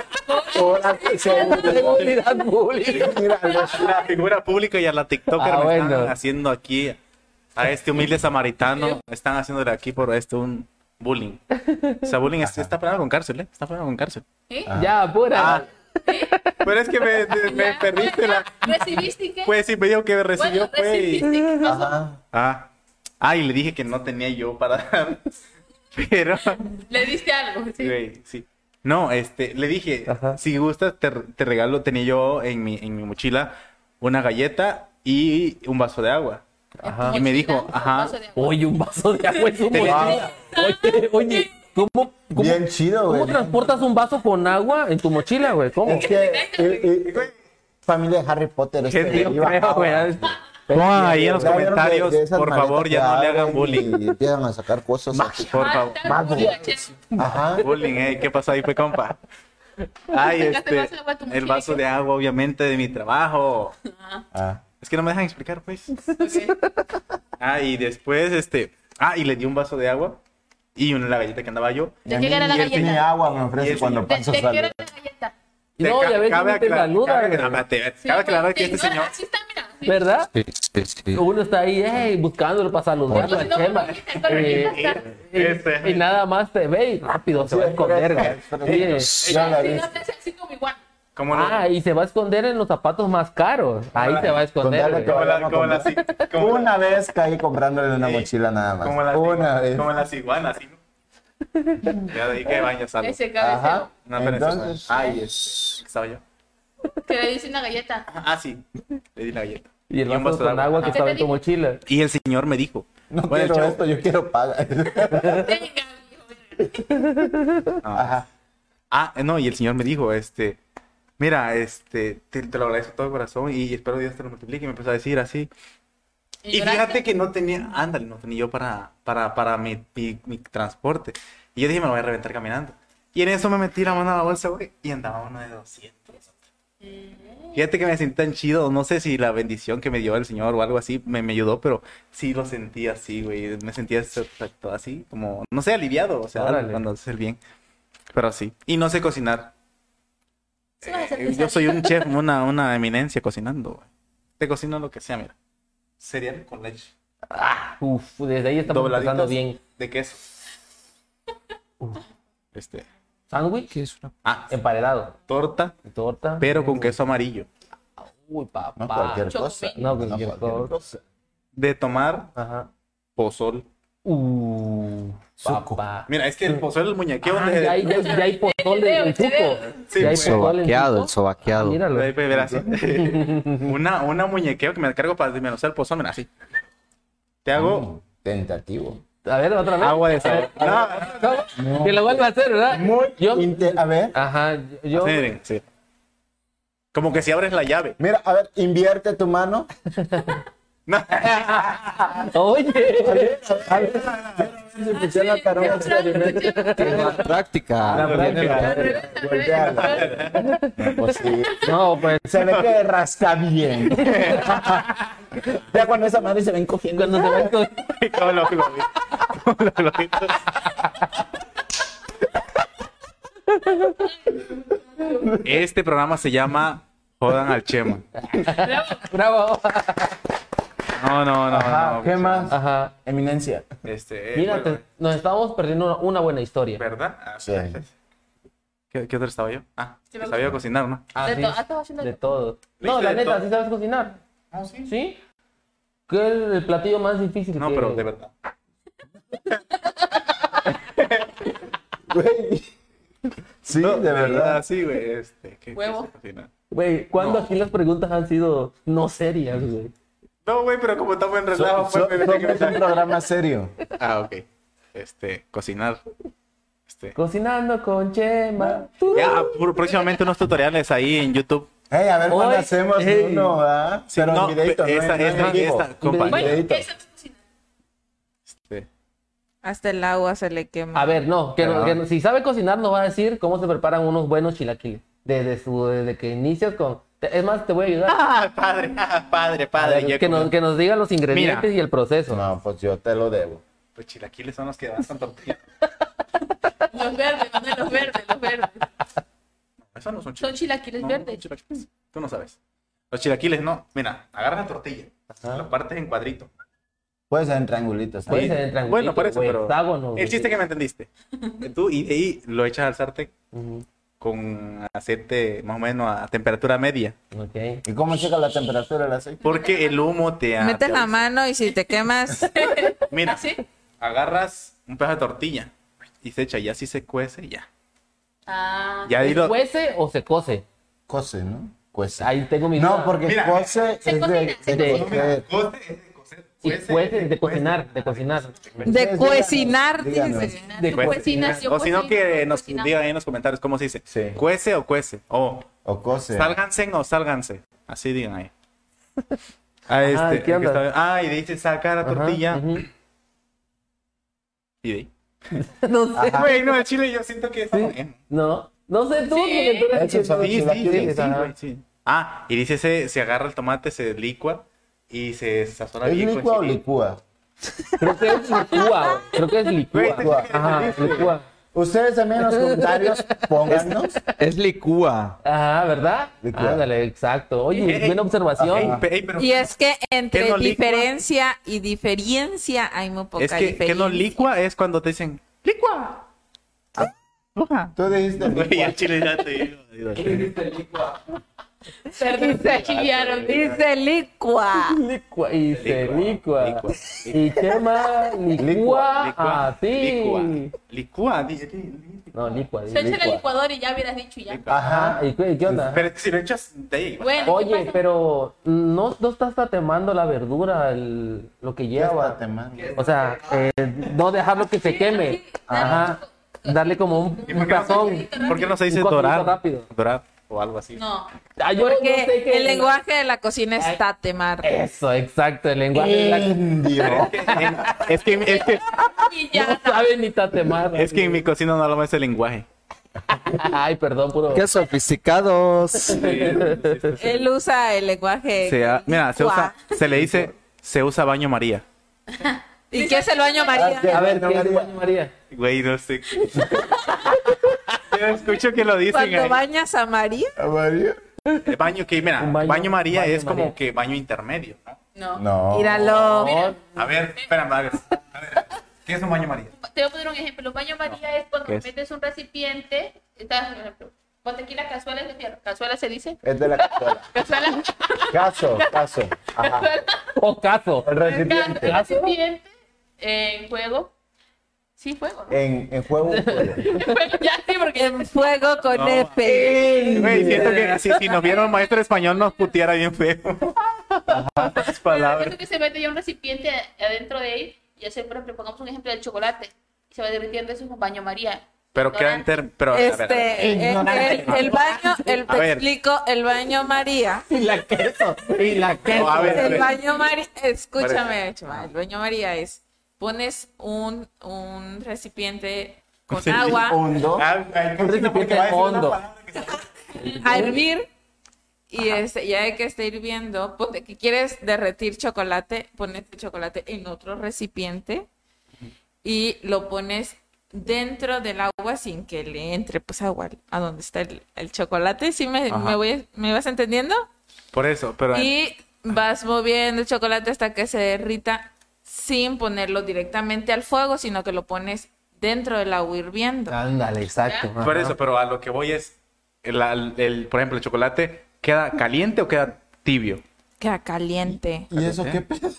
Speaker 5: Ahora que seguridad.
Speaker 4: Seguridad pública.
Speaker 5: Míralo.
Speaker 1: a la figura pública y a la TikToker
Speaker 4: Ah,
Speaker 1: me
Speaker 4: bueno.
Speaker 1: están haciendo aquí. A este humilde samaritano están haciéndole aquí por este un bullying. O sea, bullying es- está pegado con cárcel, ¿eh? Está pegado con cárcel.
Speaker 2: ¿Eh?
Speaker 4: Ya, pura.
Speaker 1: Ah. Pero es que me, me- me
Speaker 2: Ya,
Speaker 1: perdiste la.
Speaker 2: ¿Recibiste qué?
Speaker 1: Pues sí, me dijo que recibió, pues.
Speaker 2: bueno,
Speaker 1: fue. y-
Speaker 2: recibiste. ¿qué pasó?
Speaker 5: Ajá.
Speaker 1: Ah. Ah, y le dije que no tenía yo para dar. Pero.
Speaker 2: Le diste algo, sí.
Speaker 1: Güey, sí. No, este, le dije,
Speaker 4: Ajá.
Speaker 1: si gustas, te, te regalo. Tenía yo en mi, en mi mochila una galleta y un vaso de agua.
Speaker 2: Ajá.
Speaker 1: Y me dijo, ajá.
Speaker 4: Oye, un vaso de agua es un mochila. Oye, oye, ¿cómo, cómo,
Speaker 5: Bien chido,
Speaker 4: cómo
Speaker 5: güey.
Speaker 4: transportas un vaso con agua en tu mochila, güey? ¿Cómo?
Speaker 5: Es que eh, eh, familia de Harry Potter. este,
Speaker 1: Gente, yo
Speaker 5: iba
Speaker 4: creo,
Speaker 5: a-
Speaker 4: güey,
Speaker 5: Ya
Speaker 1: Ah,
Speaker 4: es-
Speaker 1: Pongan ahí en los
Speaker 5: vieron que
Speaker 1: comentarios,
Speaker 5: de esas
Speaker 1: por
Speaker 5: maletas
Speaker 1: favor,
Speaker 5: que
Speaker 1: ya no le
Speaker 5: abren
Speaker 1: hagan bullying.
Speaker 5: Y empiezan a sacar cosas. así.
Speaker 1: Por favor.
Speaker 5: Ajá.
Speaker 1: Bullying, ¿eh? ¿Qué pasó ahí, fue compa? Ay,
Speaker 2: Sacaste
Speaker 1: este,
Speaker 2: el vaso de agua de tu
Speaker 1: el
Speaker 2: mochila,
Speaker 1: vaso
Speaker 2: ¿qué?
Speaker 1: de agua, obviamente, de mi trabajo.
Speaker 5: Ah.
Speaker 1: Es que no me dejan explicar, pues. Ah, y después, este. Ah, y le di un vaso de agua y una la galleta que andaba yo.
Speaker 2: Ya llegará la
Speaker 1: Y él
Speaker 5: Ni
Speaker 1: tenía-
Speaker 2: galleta.
Speaker 5: agua me
Speaker 1: Y
Speaker 5: ofrece
Speaker 1: el
Speaker 5: cuando
Speaker 1: señor-
Speaker 2: Te,
Speaker 5: paso
Speaker 2: te quiero
Speaker 5: sale.
Speaker 2: la galleta.
Speaker 4: No,
Speaker 1: Te-
Speaker 4: ya ves,
Speaker 1: cabe
Speaker 4: no te
Speaker 1: aclarar-
Speaker 4: saluda,
Speaker 1: cabe-
Speaker 4: güey.
Speaker 1: espérate, Cabe,
Speaker 2: Sí, güey,
Speaker 1: aclarar que
Speaker 2: te
Speaker 1: este
Speaker 2: ignora,
Speaker 1: señor.
Speaker 2: Así está, mira. así.
Speaker 4: ¿Verdad?
Speaker 6: Sí, sí, sí.
Speaker 4: Uno está ahí, ey, buscándolo para saludar
Speaker 2: Pues,
Speaker 4: la
Speaker 2: no,
Speaker 4: chema.
Speaker 2: ahorita, con
Speaker 4: Eh,
Speaker 2: ahorita.
Speaker 4: Y,
Speaker 1: Este-
Speaker 4: y nada más te ve y rápido se va a esconder, güey. Sí.
Speaker 2: Si
Speaker 5: Yo la vi.
Speaker 2: no hables así como igual.
Speaker 1: Como no-
Speaker 4: Ah, y se va a esconder en los zapatos más caros. Ahí se va a esconder.
Speaker 5: Contarle
Speaker 4: güey.
Speaker 1: como la, como la,
Speaker 5: Vamos
Speaker 1: ci- como la-
Speaker 5: Una vez caí comprándole una mochila nada más.
Speaker 1: como la-
Speaker 5: Una vez.
Speaker 1: como las iguanas, ¿sí? ¿no? Ya de ahí que bañas algo.
Speaker 2: Ese
Speaker 5: Ajá.
Speaker 2: cabecero.
Speaker 1: No, espérense.
Speaker 5: Entonces-
Speaker 1: Ay, este, estaba yo.
Speaker 2: Que le dice una galleta.
Speaker 1: Ah, sí. Le di la galleta.
Speaker 4: Y el
Speaker 1: un
Speaker 4: vaso con agua que
Speaker 1: Ajá.
Speaker 4: estaba en tu mochila.
Speaker 1: Y el señor me dijo.
Speaker 5: No
Speaker 1: bueno,
Speaker 5: quiero
Speaker 1: chavo,
Speaker 5: esto, yo quiero pagar.
Speaker 2: Venga, hijo.
Speaker 5: Ajá.
Speaker 1: Ah, no, y el Señor me dijo, este, mira, este, te, te lo agradezco de todo corazón y espero Dios te lo multiplique. Y me empezó a decir así. Y fíjate que no tenía, ándale, no tenía yo para, para, para mi, mi, mi transporte. Y yo dije, me lo voy a reventar caminando. Y en eso me metí la mano a la bolsa, güey, y andaba uno de 200. Fíjate que me sentí tan chido, no sé si la bendición que me dio el Señor o algo así me, me ayudó, pero sí lo sentí así, güey. Me sentía satisfacto, así, como, no sé, aliviado, o sea,
Speaker 4: Órale.
Speaker 1: cuando haces el bien. Pero sí. Y no sé cocinar.
Speaker 2: Sí, vas a hacer
Speaker 1: Eh,
Speaker 2: tus
Speaker 1: yo soy un chef, una, una eminencia cocinando, güey. Te cocino lo que sea, mira. Cereal con leche.
Speaker 4: Ah, uf, desde ahí estamos empezando
Speaker 1: Dobladitos
Speaker 4: bien.
Speaker 1: de queso. Este,
Speaker 4: Sándwich,
Speaker 6: ¿Qué es una?
Speaker 1: ah,
Speaker 4: emparedado,
Speaker 1: torta,
Speaker 4: torta.
Speaker 1: pero con queso amarillo.
Speaker 4: Uy, papá.
Speaker 5: No cualquier cosa.
Speaker 4: No, cualquier cosa.
Speaker 5: cosa.
Speaker 1: De tomar
Speaker 4: Ajá.
Speaker 1: pozol.
Speaker 4: Uh,
Speaker 6: Suco.
Speaker 4: papá.
Speaker 1: Mira, es que el pozol el muñequeo
Speaker 4: Ah,
Speaker 1: donde-
Speaker 4: ya hay, ya, ya hay pozole en el suco.
Speaker 1: Sí,
Speaker 4: ya hay
Speaker 1: pues.
Speaker 4: pozole en
Speaker 6: Sobaqueado,
Speaker 4: suco.
Speaker 6: el sobaqueado.
Speaker 4: Ah, míralo.
Speaker 1: Ahí, pues, verás, una, una muñequeo que me cargo para desmenuzar el pozón, mira, así. Te hago
Speaker 5: Tentativo.
Speaker 4: A ver, otra vez.
Speaker 1: agua de sabor. No,
Speaker 4: Que lo vuelva a hacer, ¿verdad?
Speaker 5: Muy
Speaker 4: Yo-
Speaker 5: inte- A ver,
Speaker 4: Ajá, yo.
Speaker 1: así, miren, sí. Como que si abres la llave.
Speaker 5: mira, a ver, invierte tu mano.
Speaker 1: No.
Speaker 4: Oye,
Speaker 5: A ver, a ver si funciona
Speaker 2: Ah, sí,
Speaker 5: para un
Speaker 2: yo, Franco,
Speaker 5: experimento.
Speaker 2: Ah,
Speaker 6: La
Speaker 5: Ah,
Speaker 6: práctica.
Speaker 5: Golpeala. No, pues sí.
Speaker 4: no, pues.
Speaker 5: Se ve que rasca bien. ya cuando esa madre se ¡ah! ven cogiendo.
Speaker 4: Cuando se va con-
Speaker 1: Con los globitos. Con los globitos. Este programa se llama Jodan al Chema.
Speaker 4: Bravo.
Speaker 1: No, no, no,
Speaker 5: Ajá,
Speaker 1: no.
Speaker 5: ¿qué más?
Speaker 4: Ajá.
Speaker 5: Eminencia.
Speaker 1: Este, eh,
Speaker 4: Mira,
Speaker 1: bueno,
Speaker 4: te- nos estábamos perdiendo una, una buena historia.
Speaker 1: ¿verdad? Ah,
Speaker 5: Sí.
Speaker 1: ¿Qué, ¿Qué otro estaba yo? Ah,
Speaker 2: Sí, me
Speaker 1: sabía cocinar, ¿no?
Speaker 4: Ah,
Speaker 2: De
Speaker 4: sí,
Speaker 2: to- ah, estaba haciendo-
Speaker 4: de todo.
Speaker 1: Le hice
Speaker 4: No, la
Speaker 1: de
Speaker 4: neta,
Speaker 1: todo.
Speaker 4: ¿sí sabes cocinar?
Speaker 1: Ah, sí.
Speaker 4: ¿Sí? ¿Qué es el platillo más difícil
Speaker 1: No,
Speaker 4: que-
Speaker 1: pero de verdad.
Speaker 5: Güey. Sí,
Speaker 1: No,
Speaker 5: de verdad.
Speaker 1: sí, güey. Este, ¿qué- qué
Speaker 2: Huevo.
Speaker 1: se cocina?
Speaker 4: Güey, ¿cuándo
Speaker 1: No.
Speaker 4: aquí las preguntas han sido no serias, güey?
Speaker 1: No, güey, pero como estamos en
Speaker 5: So-
Speaker 1: relajo,
Speaker 5: so-
Speaker 1: pues me
Speaker 5: somos un programa serio.
Speaker 1: Ah, ok. Este, cocinar. Este.
Speaker 4: Cocinando con Chema.
Speaker 1: Ya, pr- próximamente unos tutoriales ahí en YouTube.
Speaker 5: Hey, a ver
Speaker 4: Hoy-
Speaker 5: cuándo hacemos
Speaker 4: ey.
Speaker 5: uno, ¿ah?
Speaker 1: Sí,
Speaker 5: Pero
Speaker 1: no,
Speaker 5: en videito, no en-
Speaker 1: esta,
Speaker 5: no en
Speaker 1: esta,
Speaker 5: vivo.
Speaker 1: esta, compa.
Speaker 4: Bueno.
Speaker 2: Bueno,
Speaker 5: Dedito.
Speaker 2: ¿qué es cocina?
Speaker 1: Este,
Speaker 7: Hasta el agua se le quema.
Speaker 4: A ver, no, que, no-
Speaker 5: Ajá.
Speaker 4: que no- si sabe cocinar nos va a decir cómo se preparan unos buenos chilaquiles. Desde, su, desde que inicias con... te- Es más, te voy a ayudar.
Speaker 1: Ah, padre, ah, padre,
Speaker 4: A
Speaker 1: padre.
Speaker 4: ver,
Speaker 1: yo
Speaker 4: que,
Speaker 1: como-
Speaker 4: nos, que nos diga los ingredientes
Speaker 1: Mira.
Speaker 4: y el proceso.
Speaker 5: No, pues yo te lo debo.
Speaker 1: Los chilaquiles son los que dan tortilla.
Speaker 2: Ah, Los verdes, Manuel, los verdes, los verdes.
Speaker 1: Eso no son chilaquiles.
Speaker 2: Son chilaquiles
Speaker 1: No,
Speaker 2: verdes.
Speaker 1: son chilaquiles. Tú no sabes. Los chilaquiles no. Mira, agarras la tortilla. La partes en cuadrito.
Speaker 5: Puede ser en triangulitos.
Speaker 4: Ah. Puede
Speaker 5: también.
Speaker 4: ser en triangulito,
Speaker 1: Bueno, por eso,
Speaker 4: o
Speaker 1: pero.
Speaker 4: hexágono, güey.
Speaker 1: El chiste que me entendiste. Tú y de ahí lo echas al sartén
Speaker 4: Ujú,
Speaker 1: con aceite más o menos a temperatura media.
Speaker 4: Ok.
Speaker 5: ¿Y cómo checa la temperatura del aceite?
Speaker 1: Porque el humo te. a-
Speaker 7: Metes
Speaker 1: te-
Speaker 7: la mano y si te quemas,
Speaker 1: Mira,
Speaker 2: ¿Así?
Speaker 1: agarras un pedazo de tortilla y se echa. Y así se cuece y ya.
Speaker 2: Ah.
Speaker 1: Ya dilo.
Speaker 4: ¿Cuece o se cose?
Speaker 5: Cose, ¿no? Cuece.
Speaker 4: Ahí tengo mi
Speaker 5: No,
Speaker 4: duda.
Speaker 5: porque
Speaker 1: Mira,
Speaker 5: cose
Speaker 2: se
Speaker 5: es
Speaker 2: cocina,
Speaker 5: de,
Speaker 2: se
Speaker 5: de
Speaker 4: cocina.
Speaker 5: cocer.
Speaker 1: Coce es de cocer,
Speaker 4: Sí,
Speaker 1: cuece
Speaker 4: cuece,
Speaker 1: es
Speaker 4: de cocinar, de cocinar.
Speaker 7: de
Speaker 5: Ustedes
Speaker 7: cocinar,
Speaker 5: díganos,
Speaker 7: dice.
Speaker 4: De
Speaker 1: Cuece.
Speaker 2: Cocinas, yo
Speaker 1: O si no,
Speaker 2: cocino,
Speaker 1: que
Speaker 2: yo
Speaker 1: nos
Speaker 2: cocino.
Speaker 1: digan ahí en los comentarios cómo se dice.
Speaker 5: Sí.
Speaker 1: ¿Cuece o cuece? O
Speaker 5: O cose.
Speaker 1: sálganse o sálganse. Así digan ahí. A
Speaker 4: Ajá,
Speaker 1: este,
Speaker 4: ¿qué
Speaker 1: el que
Speaker 4: onda?
Speaker 1: está- ah, y dice saca la
Speaker 4: Ajá,
Speaker 1: tortilla.
Speaker 4: ujú.
Speaker 1: Y de ahí.
Speaker 4: No sé.
Speaker 5: Ajá.
Speaker 1: Güey, no, el chile yo siento que está bien.
Speaker 4: No, no sé tú,
Speaker 2: Sí.
Speaker 4: porque tú eres
Speaker 5: Esos son
Speaker 1: Sí, sí, sí,
Speaker 5: los
Speaker 1: sí,
Speaker 5: chilaquiles,
Speaker 1: sí,
Speaker 4: ajá.
Speaker 1: güey, sí. Ah, y dice se, se agarra el tomate, se licua y se sazona
Speaker 5: ¿Es
Speaker 1: bien con
Speaker 5: licua o
Speaker 1: chile.
Speaker 5: licúa?
Speaker 4: Creo que es licúa, güey. creo que es
Speaker 1: Güey,
Speaker 4: licúa.
Speaker 1: te-
Speaker 4: Ajá, licúa.
Speaker 5: Ustedes también en los comentarios pónganos.
Speaker 6: Es licúa.
Speaker 4: Ajá, ¿verdad?
Speaker 5: Licúa.
Speaker 4: Ándale, exacto. Oye,
Speaker 1: Ey, ey,
Speaker 4: buena
Speaker 1: Ey,
Speaker 4: observación. Ah.
Speaker 1: pe- ey, pero
Speaker 7: Y es que
Speaker 1: ¿Qué
Speaker 7: entre
Speaker 1: no licua?
Speaker 7: diferencia y diferencia hay muy poca
Speaker 1: es que, que
Speaker 7: diferencia.
Speaker 1: no licua es cuando te dicen licua.
Speaker 5: Tú dijiste
Speaker 1: Güey,
Speaker 5: licua.
Speaker 1: el chile ya te digo.
Speaker 2: Perdón, se chiviaron.
Speaker 7: Dice licua.
Speaker 4: Licua, y se
Speaker 1: Licua,
Speaker 4: licua.
Speaker 1: licua,
Speaker 4: Y Chema, licúa,
Speaker 1: Licua,
Speaker 4: así.
Speaker 1: licua, Ah, licua, di- di- di-
Speaker 4: No, licua,
Speaker 2: Se echa la
Speaker 4: licua.
Speaker 2: licuadora y ya hubieras dicho ya.
Speaker 1: licua.
Speaker 5: Ajá.
Speaker 4: ¿Y qué, qué onda?
Speaker 1: Pero si lo echas de ahí. va.
Speaker 2: Bueno, ¿qué
Speaker 4: Oye,
Speaker 2: pasa?
Speaker 4: pero ¿no, no estás tatemando la verdura, el- lo que
Speaker 5: Ya
Speaker 4: lleva?
Speaker 5: Guatemala.
Speaker 4: O sea, eh, no dejarlo que se queme. Ajá. Darle como un,
Speaker 1: ¿Y
Speaker 4: un
Speaker 1: por qué no se-
Speaker 4: sazón.
Speaker 1: ¿Por qué no se dice
Speaker 4: Un cortito
Speaker 1: dorar?
Speaker 4: rápido.
Speaker 1: Dorar o algo así.
Speaker 2: No.
Speaker 4: Ah, yo no
Speaker 7: Porque
Speaker 4: sé qué-
Speaker 7: el lenguaje de la cocina
Speaker 4: Ay.
Speaker 7: es tatemar.
Speaker 4: Eso, exacto, el lenguaje.
Speaker 5: Eh,
Speaker 4: de la-
Speaker 5: Indio.
Speaker 1: Es que, es, que,
Speaker 2: Y
Speaker 4: No
Speaker 2: ya.
Speaker 4: sabe ni tatemar.
Speaker 1: es que en mi cocina no hablamos ese lenguaje.
Speaker 4: Ay, perdón, puro.
Speaker 6: Qué sofisticados.
Speaker 7: Él usa el lenguaje.
Speaker 1: Se ha- mira, se
Speaker 7: licua.
Speaker 1: usa, se le dice, se usa baño María.
Speaker 7: ¿Y qué es el baño María?
Speaker 5: Ah,
Speaker 4: A ver,
Speaker 5: no,
Speaker 4: ¿qué es
Speaker 5: María.
Speaker 4: baño María?
Speaker 1: Güey, no sé. Yo escucho que lo dicen
Speaker 7: Cuando
Speaker 1: ahí.
Speaker 7: bañas a María.
Speaker 5: Amarillo.
Speaker 1: El baño que, mira,
Speaker 4: Un
Speaker 1: baño,
Speaker 4: baño-
Speaker 1: María
Speaker 4: baño
Speaker 1: es como
Speaker 4: María.
Speaker 1: que baño intermedio, ¿no?
Speaker 2: No.
Speaker 5: No.
Speaker 7: Míralo.
Speaker 2: Mira,
Speaker 1: A ver, espérame, a ver. A ver, ¿Qué es un baño María?
Speaker 2: te voy a poner un ejemplo. Un baño María es cuando
Speaker 1: ¿Qué es?
Speaker 2: metes un recipiente. Estás, por ejemplo, ponte aquí la cazuela es de fierro. ¿Cazuela se dice?
Speaker 5: Es de la cazuela.
Speaker 2: Cazuela.
Speaker 5: Caso, caso. Ajá.
Speaker 4: O caso.
Speaker 5: El
Speaker 2: El
Speaker 5: recipiente.
Speaker 2: recipiente en juego. Sí, juego. ¿no?
Speaker 5: En, en juego.
Speaker 2: ya sí, porque
Speaker 7: En fuego con F.
Speaker 1: Güey, siento que si, si nos viera un maestro de español nos puteara bien feo. Las palabras.
Speaker 2: siento que se mete ya un recipiente adentro de él. Y hace, por ejemplo, pongamos un ejemplo del chocolate. Y se va derritiendo eso es un baño María.
Speaker 1: Pero queda en
Speaker 2: Ignorante.
Speaker 1: ter- Pero, a ver, a ver.
Speaker 7: Este, eh, el, el baño, el,
Speaker 1: A
Speaker 7: te
Speaker 1: ver.
Speaker 7: explico, el baño María.
Speaker 4: Y la queso. Y la queso.
Speaker 1: No, a ver, a
Speaker 7: Este, El
Speaker 1: ver.
Speaker 7: baño María, escúchame, Chema, el baño María es, pones un, un recipiente con
Speaker 1: Sí,
Speaker 7: agua
Speaker 5: Hondo.
Speaker 1: Ah, ay,
Speaker 4: Un recipiente hondo.
Speaker 7: a hervir y este, ya que esté hirviendo, ponte que quieres derretir chocolate, pones el chocolate en otro recipiente y lo pones dentro del agua sin que le entre pues agua a donde está el, el chocolate. ¿Sí me,
Speaker 1: Ajá.
Speaker 7: me, voy, me vas entendiendo?
Speaker 1: Por eso, pero.
Speaker 7: Y vas moviendo el chocolate hasta que se derrita sin ponerlo directamente al fuego, sino que lo pones dentro del agua hirviendo.
Speaker 4: Ándale, exacto.
Speaker 2: Ya.
Speaker 4: ajá.
Speaker 1: Por eso, pero a lo que voy es. El, al- el- por ejemplo, el chocolate, ¿queda caliente o queda tibio?
Speaker 7: Queda caliente.
Speaker 5: ¿Y eso qué pedo?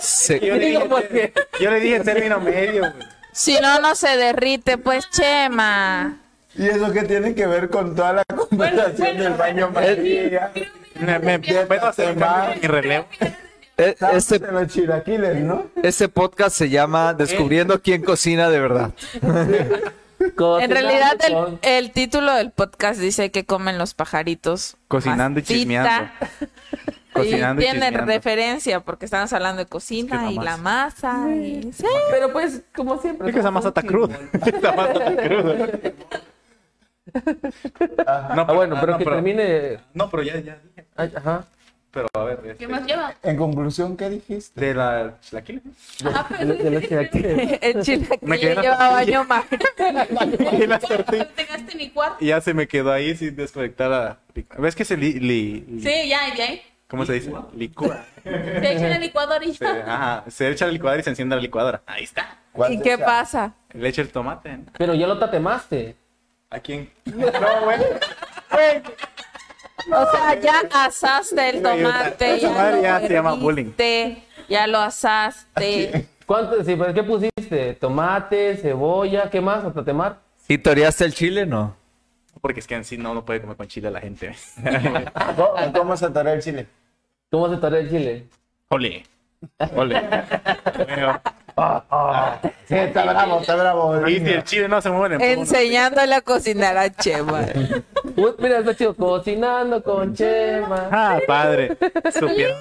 Speaker 6: Se-
Speaker 1: Yo le
Speaker 4: Digo, ¿por
Speaker 1: dije,
Speaker 4: qué?
Speaker 1: yo le dije término medio, güey.
Speaker 7: Si no, no se derrite, pues Chema.
Speaker 5: ¿Y eso qué tiene que ver con toda la conversación del baño María?
Speaker 1: Me, me, puedo hacer un cambio en mi relevo.
Speaker 6: e-
Speaker 5: Este...
Speaker 6: este,
Speaker 5: En los chiraquiles, ¿no?
Speaker 6: este podcast se llama Descubriendo quién cocina de verdad.
Speaker 7: En
Speaker 4: Cocinando
Speaker 7: realidad, el,
Speaker 4: con-
Speaker 7: el título del podcast dice que comen los pajaritos.
Speaker 1: Cocinando y
Speaker 7: Pastita.
Speaker 1: chismeando. Cocinando y
Speaker 7: y tiene
Speaker 1: chismeando.
Speaker 7: referencia porque estamos hablando de
Speaker 1: Es
Speaker 7: cocina
Speaker 1: que
Speaker 7: y
Speaker 1: la
Speaker 7: la masa. y- Sí.
Speaker 4: Pero pues, como siempre.
Speaker 1: Es que esa
Speaker 4: somos
Speaker 1: masa
Speaker 4: un
Speaker 1: está cruda. Esa masa está cruda. No,
Speaker 4: Ah, bueno, pero
Speaker 1: no,
Speaker 4: que termine.
Speaker 1: No, pero ya, ya. dije.
Speaker 4: Ay, Ajá.
Speaker 1: Pero a ver. este,
Speaker 2: ¿Qué más lleva?
Speaker 5: En conclusión, ¿qué dijiste?
Speaker 1: De la chilaquiles.
Speaker 2: Ah, pero-
Speaker 4: De los chilaquiles.
Speaker 7: El chile
Speaker 1: Me quedé en la
Speaker 7: lleva baño más.
Speaker 1: Y la
Speaker 2: No
Speaker 1: tortilla.
Speaker 2: tengaste ni cuarto.
Speaker 1: Y ya se me quedó ahí sin desconectar a... ¿Ves que se li... li- li-
Speaker 2: Sí, ya, ya.
Speaker 1: ¿Cómo se dice? Licúa.
Speaker 2: Te echan la licuadora y
Speaker 1: Se,
Speaker 2: ya.
Speaker 1: ajá, se echa la licuadora y se enciende la licuadora. Ahí está.
Speaker 7: ¿Y qué pasa?
Speaker 1: Le echa el tomate. ¿no?
Speaker 4: Pero ya lo tatemaste.
Speaker 1: ¿A quién? No, güey.
Speaker 7: O sea, ya asaste el
Speaker 1: Güey,
Speaker 7: tomate.
Speaker 1: esa madre ya se llama bullying.
Speaker 7: herviste, Ya lo asaste.
Speaker 4: ¿Cuánto? Sí, pues, ¿qué pusiste? Tomate, cebolla, ¿qué más? ¿A tatemar?
Speaker 6: ¿Y toreaste el chile? No.
Speaker 1: Porque es que en sí no, no puede comer con chile la gente.
Speaker 5: ¿Cómo, cómo se atoró el chile?
Speaker 4: ¿Cómo se tarea el chile?
Speaker 1: Ole. Ole. Bueno,
Speaker 5: Sí, está bravo, está bravo. el
Speaker 1: Y si
Speaker 5: niño.
Speaker 1: el chile no se mueve en el fondo.
Speaker 7: Enseñándole a cocinar a Chema.
Speaker 4: Uy, mira, está chido. Cocinando con Chema.
Speaker 1: Ah, padre. Supieron.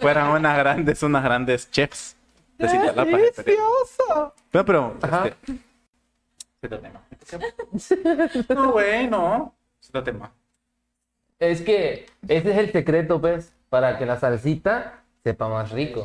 Speaker 1: Fueran unas grandes, unas grandes chefs. De Cintalapa, espero. No, pero.
Speaker 4: Ajá.
Speaker 1: Este... se lo tema. No, güey, no. Se lo tema.
Speaker 4: Es que ese es el secreto, pues, para que la salsita sepa más rico.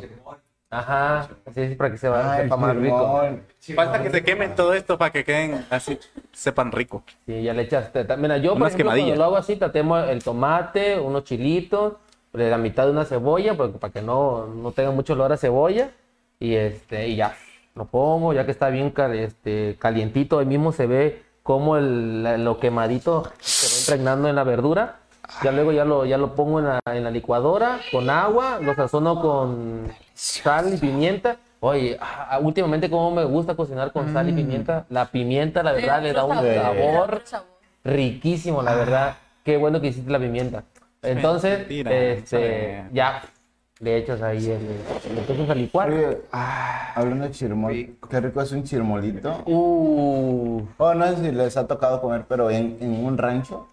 Speaker 4: Ajá. Así es para que se va-
Speaker 5: Ah, el
Speaker 4: sepa más rico.
Speaker 5: chimón.
Speaker 1: Falta que se quemen todo esto para que queden así, sepan rico.
Speaker 4: Sí, ya le echaste. ta- Mira, yo por
Speaker 1: Unas
Speaker 4: ejemplo, cuando
Speaker 1: quemadillas.
Speaker 4: lo hago así, tatemo el tomate, unos chilitos, eh, la mitad de una cebolla, porque para que no, no tenga mucho olor a cebolla. Y este, y ya. Lo pongo, ya que está bien cal- este, calientito, ahí mismo se ve como el, la- lo quemadito se va impregnando en la verdura. Ya luego ya lo, ya lo pongo en la, en la licuadora con agua, lo sazono con sal y pimienta. Oye, ah, últimamente como me gusta cocinar con sal y
Speaker 1: Mm.
Speaker 4: pimienta. La pimienta, la verdad, le da un
Speaker 2: Otro
Speaker 4: sabor
Speaker 2: Otro sabor.
Speaker 4: riquísimo, la verdad. Qué bueno que hiciste la pimienta. Entonces,
Speaker 1: mentira,
Speaker 4: este,
Speaker 1: sabe.
Speaker 4: ya le echas ahí el, le empiezas a licuar.
Speaker 5: Oye, hablando de chirmol, qué rico es un chirmolito.
Speaker 4: Uh,
Speaker 5: Oh, no sé si les ha tocado comer, pero en, en un rancho,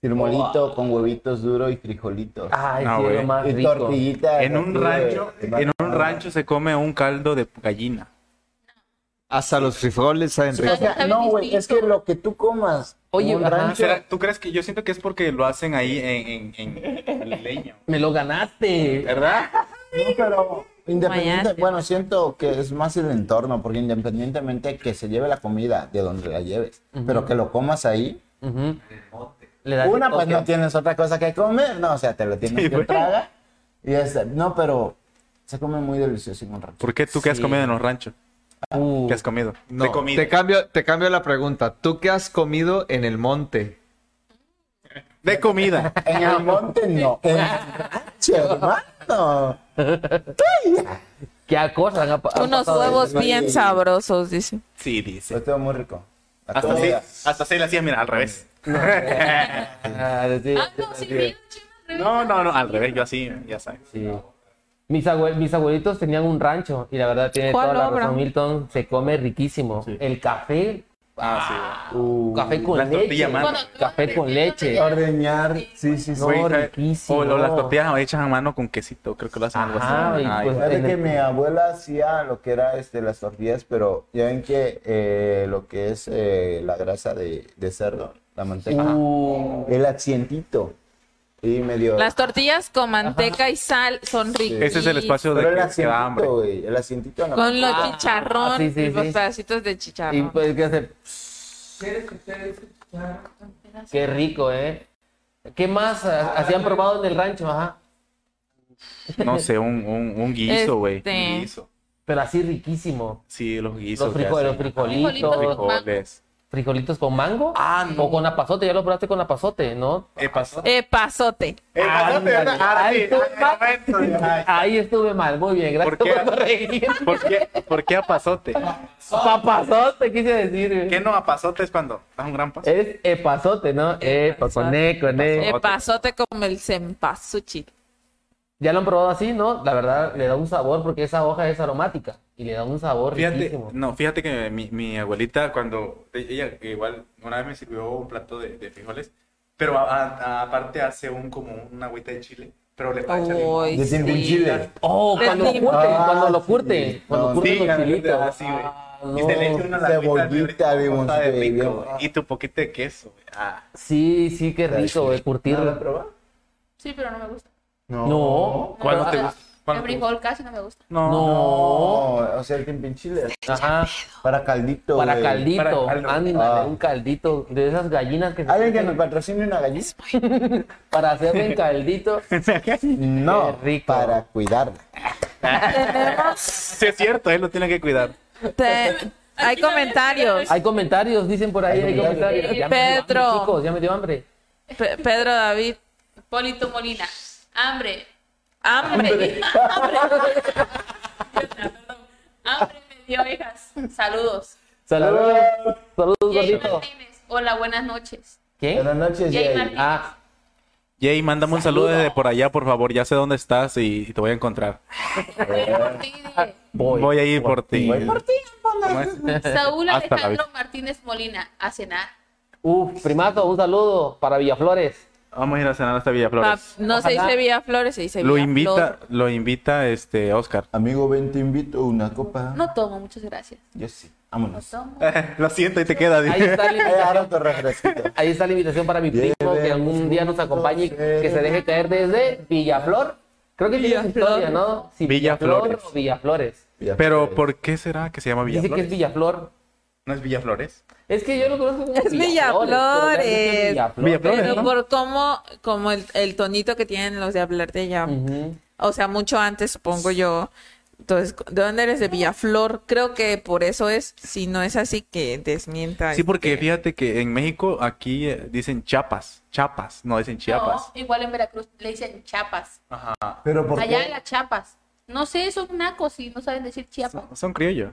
Speaker 5: chirmolito con huevitos duros y frijolitos.
Speaker 4: ay,
Speaker 1: No,
Speaker 4: sí, es lo
Speaker 1: güey.
Speaker 4: más
Speaker 5: y
Speaker 4: Ah, rico.
Speaker 5: tortillitas.
Speaker 1: En un
Speaker 5: así de-
Speaker 1: rancho,
Speaker 5: de
Speaker 1: en un rancho se come un caldo de gallina.
Speaker 6: Hasta los frijoles saben
Speaker 5: O
Speaker 6: ricos.
Speaker 5: sea, no, güey, es que lo que tú comas
Speaker 4: Oye,
Speaker 5: en un
Speaker 4: ajá.
Speaker 5: rancho,
Speaker 1: ¿Será- ¿Tú crees que yo siento que es porque lo hacen ahí en, en, en leño?
Speaker 4: Me lo ganaste.
Speaker 1: ¿Verdad?
Speaker 5: no, pero independiente,
Speaker 7: Guayate.
Speaker 5: bueno, siento que es más el entorno, porque independientemente que se lleve la comida de donde la lleves, pero que lo comas ahí,
Speaker 4: Ujú. Le das el
Speaker 5: Una, pues
Speaker 4: toque.
Speaker 5: no tienes otra cosa que comer, no, o sea, te lo tienes
Speaker 1: Sí,
Speaker 5: que
Speaker 1: güey.
Speaker 5: tragar. Y este, no, pero se come muy delicioso en un rancho.
Speaker 1: ¿Por qué tú que has
Speaker 4: Sí.
Speaker 1: comido en los ranchos?
Speaker 4: Uh,
Speaker 1: ¿Qué has comido?
Speaker 6: No,
Speaker 1: Te comí.
Speaker 6: te cambio, te cambio la pregunta. ¿Tú qué has comido en el monte?
Speaker 1: De comida.
Speaker 5: En el monte no, en el rancho, hermano.
Speaker 4: ¿Qué cosas han, pa- han
Speaker 7: Unos
Speaker 4: pasado?
Speaker 7: huevos
Speaker 5: ahí,
Speaker 7: bien
Speaker 5: ahí.
Speaker 7: sabrosos, dice.
Speaker 1: Sí, dice.
Speaker 5: Pero estuvo muy rico. La
Speaker 1: Hasta así,
Speaker 5: comida.
Speaker 1: hasta así la hacías, mira, al revés.
Speaker 4: Ah, sí,
Speaker 2: Ah, no,
Speaker 4: sí.
Speaker 2: sí, mira, chiva, al revés.
Speaker 1: No, no, no, al revés, yo así, ya sabes.
Speaker 4: Sí. Mis, abue- mis abuelitos tenían un rancho y la verdad tiene
Speaker 7: ¿Cuál
Speaker 4: toda la
Speaker 7: obra?
Speaker 4: razón Milton, se come riquísimo. El café,
Speaker 1: Ah, sí.
Speaker 5: Uh,
Speaker 4: café con
Speaker 1: las
Speaker 4: leche,
Speaker 1: tortillas, mano.
Speaker 2: Cuando tú
Speaker 4: café
Speaker 2: andas
Speaker 4: con
Speaker 2: creciendo,
Speaker 4: leche.
Speaker 2: te llevas-
Speaker 5: Ordeñar, sí, sí, sí.
Speaker 4: No,
Speaker 1: Güey, ¿sabes?
Speaker 4: riquísimo.
Speaker 1: O, o las tortillas hechas a mano con quesito, creo que lo hacen algo
Speaker 4: Ajá,
Speaker 1: así.
Speaker 4: y
Speaker 1: Ay,
Speaker 4: pues-
Speaker 1: Ah, güey.
Speaker 5: Fíjate
Speaker 4: en
Speaker 5: que
Speaker 4: el-
Speaker 5: mi abuela hacía lo que era este, las tortillas, pero ya ven que eh, lo que es eh, la grasa de, de cerdo, la manteca,
Speaker 4: Uh,
Speaker 5: el acientito. Y medio.
Speaker 7: Las tortillas con manteca y sal son ricas.
Speaker 1: Ese es el espacio
Speaker 5: pero
Speaker 1: de
Speaker 5: el
Speaker 1: que, que da hambre.
Speaker 5: acientito, güey. El acientito en la
Speaker 7: Con los
Speaker 5: manteca.
Speaker 7: chicharrón
Speaker 4: Ah, sí, sí,
Speaker 7: y los
Speaker 4: sí.
Speaker 7: pedacitos de chicharrón.
Speaker 4: y pues que hace... Qué rico, ¿eh? ¿Qué más ha- hacían probado en el rancho? Ajá.
Speaker 1: No sé, un, un, un guiso, güey.
Speaker 7: Este.
Speaker 1: Un guiso.
Speaker 4: Pero así riquísimo.
Speaker 1: Sí, los guisos.
Speaker 4: Los,
Speaker 1: que
Speaker 4: frijoles, los
Speaker 1: hacen.
Speaker 4: frijolitos,
Speaker 2: Frijolitos.
Speaker 1: Frijoles.
Speaker 4: frijolitos con mango
Speaker 1: Ah, no.
Speaker 4: o con apazote, ya lo probaste con apazote, ¿no?
Speaker 1: ¿Qué pasó?
Speaker 7: Eh, pasote.
Speaker 1: Eh, pasate,
Speaker 4: Ándale.
Speaker 1: ¿verdad? Ahora
Speaker 4: Ahí
Speaker 1: sí,
Speaker 4: estuve mal.
Speaker 1: ay, momento, ay.
Speaker 4: Ahí estuve mal, muy bien, gracias
Speaker 1: ¿Por qué?
Speaker 4: por corregir.
Speaker 1: ¿Por qué, ¿Por qué apazote?
Speaker 4: Papazote, quise decir. güey.
Speaker 1: ¿Qué no apazote es cuando das un gran paso?
Speaker 4: Es epazote, ¿no? Epa, con E, con E.
Speaker 7: Eh, pasote como el cempasúchil.
Speaker 4: Ya lo han probado así, ¿no? La verdad, le da un sabor porque esa hoja es aromática y le da un sabor
Speaker 1: Fíjate,
Speaker 4: riquísimo.
Speaker 1: no, fíjate que mi, mi abuelita cuando ella igual una vez me sirvió un plato de, de frijoles, pero a- a- aparte hace un como una agüita de chile, pero le va a echar limón.
Speaker 7: Uy,
Speaker 5: Yo tengo un
Speaker 7: sí.
Speaker 5: chile.
Speaker 4: Oh,
Speaker 7: Del
Speaker 4: cuando lo
Speaker 7: limón.
Speaker 4: curten, cuando lo
Speaker 5: Ah,
Speaker 4: curten,
Speaker 5: sí.
Speaker 4: cuando
Speaker 5: No,
Speaker 4: curten
Speaker 1: Sí,
Speaker 4: los
Speaker 1: la neta,
Speaker 4: chilitos.
Speaker 1: así, güey.
Speaker 4: Ah,
Speaker 1: Y se le
Speaker 4: no.
Speaker 1: echa una lagüita
Speaker 5: Cebollita,
Speaker 1: de
Speaker 5: limoncito,
Speaker 1: cosa de
Speaker 5: bien
Speaker 1: rico,
Speaker 5: bueno.
Speaker 1: güey. y tu poquito de queso. güey. Ah,
Speaker 4: Sí, sí, qué rico, güey, curtirlo.
Speaker 2: Sí, pero no me gusta.
Speaker 4: No.
Speaker 1: ¿Cuál no te
Speaker 4: Ah,
Speaker 1: gusta? ¿Cuál
Speaker 2: El
Speaker 1: no te
Speaker 2: frijol casi no me gusta.
Speaker 1: gusta?
Speaker 4: No.
Speaker 5: No, o sea, el timpin chile.
Speaker 4: Ajá.
Speaker 5: Para caldito.
Speaker 4: Para
Speaker 5: güey.
Speaker 4: caldito,
Speaker 1: Para caldo.
Speaker 4: ándale,
Speaker 5: Ah.
Speaker 4: un caldito de esas gallinas que se
Speaker 5: ¿Alguien que
Speaker 4: meten
Speaker 5: nos patrocine una gallina?
Speaker 4: para hacerle en caldito.
Speaker 5: No,
Speaker 4: Qué rico.
Speaker 5: para cuidarla.
Speaker 7: Tenemos.
Speaker 1: Sí, es cierto, él lo tiene que cuidar.
Speaker 7: te- Hay comentarios.
Speaker 4: Hay comentarios, dicen por ahí,
Speaker 5: Hay
Speaker 4: hay comentarios.
Speaker 2: comentarios.
Speaker 4: Ya me dio hambre,
Speaker 7: Pedro.
Speaker 4: chicos, ya me dio hambre.
Speaker 7: Pe- Pedro David.
Speaker 2: Polito Molina. Hambre.
Speaker 7: Hambre.
Speaker 2: Hambre me dio ovejas. Saludos.
Speaker 4: Saludos, saludos,
Speaker 2: Jay
Speaker 4: gordito.
Speaker 2: Martínez. Hola, buenas noches.
Speaker 4: ¿Quién?
Speaker 5: Buenas noches,
Speaker 2: Jay
Speaker 5: Jay.
Speaker 2: Martínez.
Speaker 4: Ah,
Speaker 1: Jay, mándame un saludo
Speaker 4: Saludo.
Speaker 1: desde por allá, por favor. Ya sé dónde estás y, y te voy a encontrar.
Speaker 2: Voy por ti, dile.
Speaker 1: Voy,
Speaker 4: voy.
Speaker 1: a ir por ti.
Speaker 5: Voy por ti.
Speaker 1: ¿Cómo es?
Speaker 2: Saúl
Speaker 1: Hasta la
Speaker 2: Alejandro Martínez Molina. A cenar.
Speaker 4: Uf, primazo, un saludo para Villaflores.
Speaker 1: Vamos a ir a cenar hasta
Speaker 7: Pa-
Speaker 1: Villaflores.
Speaker 7: No se
Speaker 4: Ojalá.
Speaker 7: dice Villa Flores, se dice
Speaker 1: Lo
Speaker 7: Villa
Speaker 1: invita,
Speaker 7: Flor.
Speaker 1: lo invita este Oscar.
Speaker 5: Amigo, ven, te invito una copa.
Speaker 2: No tomo, muchas gracias.
Speaker 5: Yo sí.
Speaker 2: No
Speaker 5: Vámonos.
Speaker 2: tomo.
Speaker 1: lo siento y te queda.
Speaker 4: Ahí
Speaker 1: dije.
Speaker 4: está la
Speaker 5: Ahí agarra
Speaker 4: invitación.
Speaker 5: tu refresquito.
Speaker 4: Ahí está la invitación para mi primo que algún día nos acompañe y que se deje caer desde Villaflor. Creo que tiene su historia, ¿no? Si Villaflor
Speaker 1: Villaflores.
Speaker 4: o Villaflores.
Speaker 5: Ya
Speaker 1: Pero
Speaker 5: fue.
Speaker 1: ¿por qué será que se llama
Speaker 4: Dice que es
Speaker 1: Villaflores?
Speaker 4: Villaflor.
Speaker 1: ¿No es Villaflores?
Speaker 4: Es que yo lo conozco como
Speaker 7: Es
Speaker 4: pero realmente es
Speaker 1: Flores,
Speaker 7: Villaflores. Pero
Speaker 1: ¿no?
Speaker 7: por cómo, como el, el tonito que tienen los de hablar de ella.
Speaker 4: Ujú.
Speaker 7: O sea, mucho antes, supongo yo. Entonces, ¿de dónde eres? De Villaflor. Creo que por eso es. Si no es así, que desmienta.
Speaker 1: Sí, porque
Speaker 7: este,
Speaker 1: fíjate que en México aquí eh, dicen Chiapas, Chapas, no dicen Chiapas.
Speaker 2: No, igual en Veracruz le dicen chapas.
Speaker 5: Pero por
Speaker 2: Allá en
Speaker 5: qué?
Speaker 2: las chapas. No sé, son nacos y no saben decir chiapas.
Speaker 1: Son, son criollos.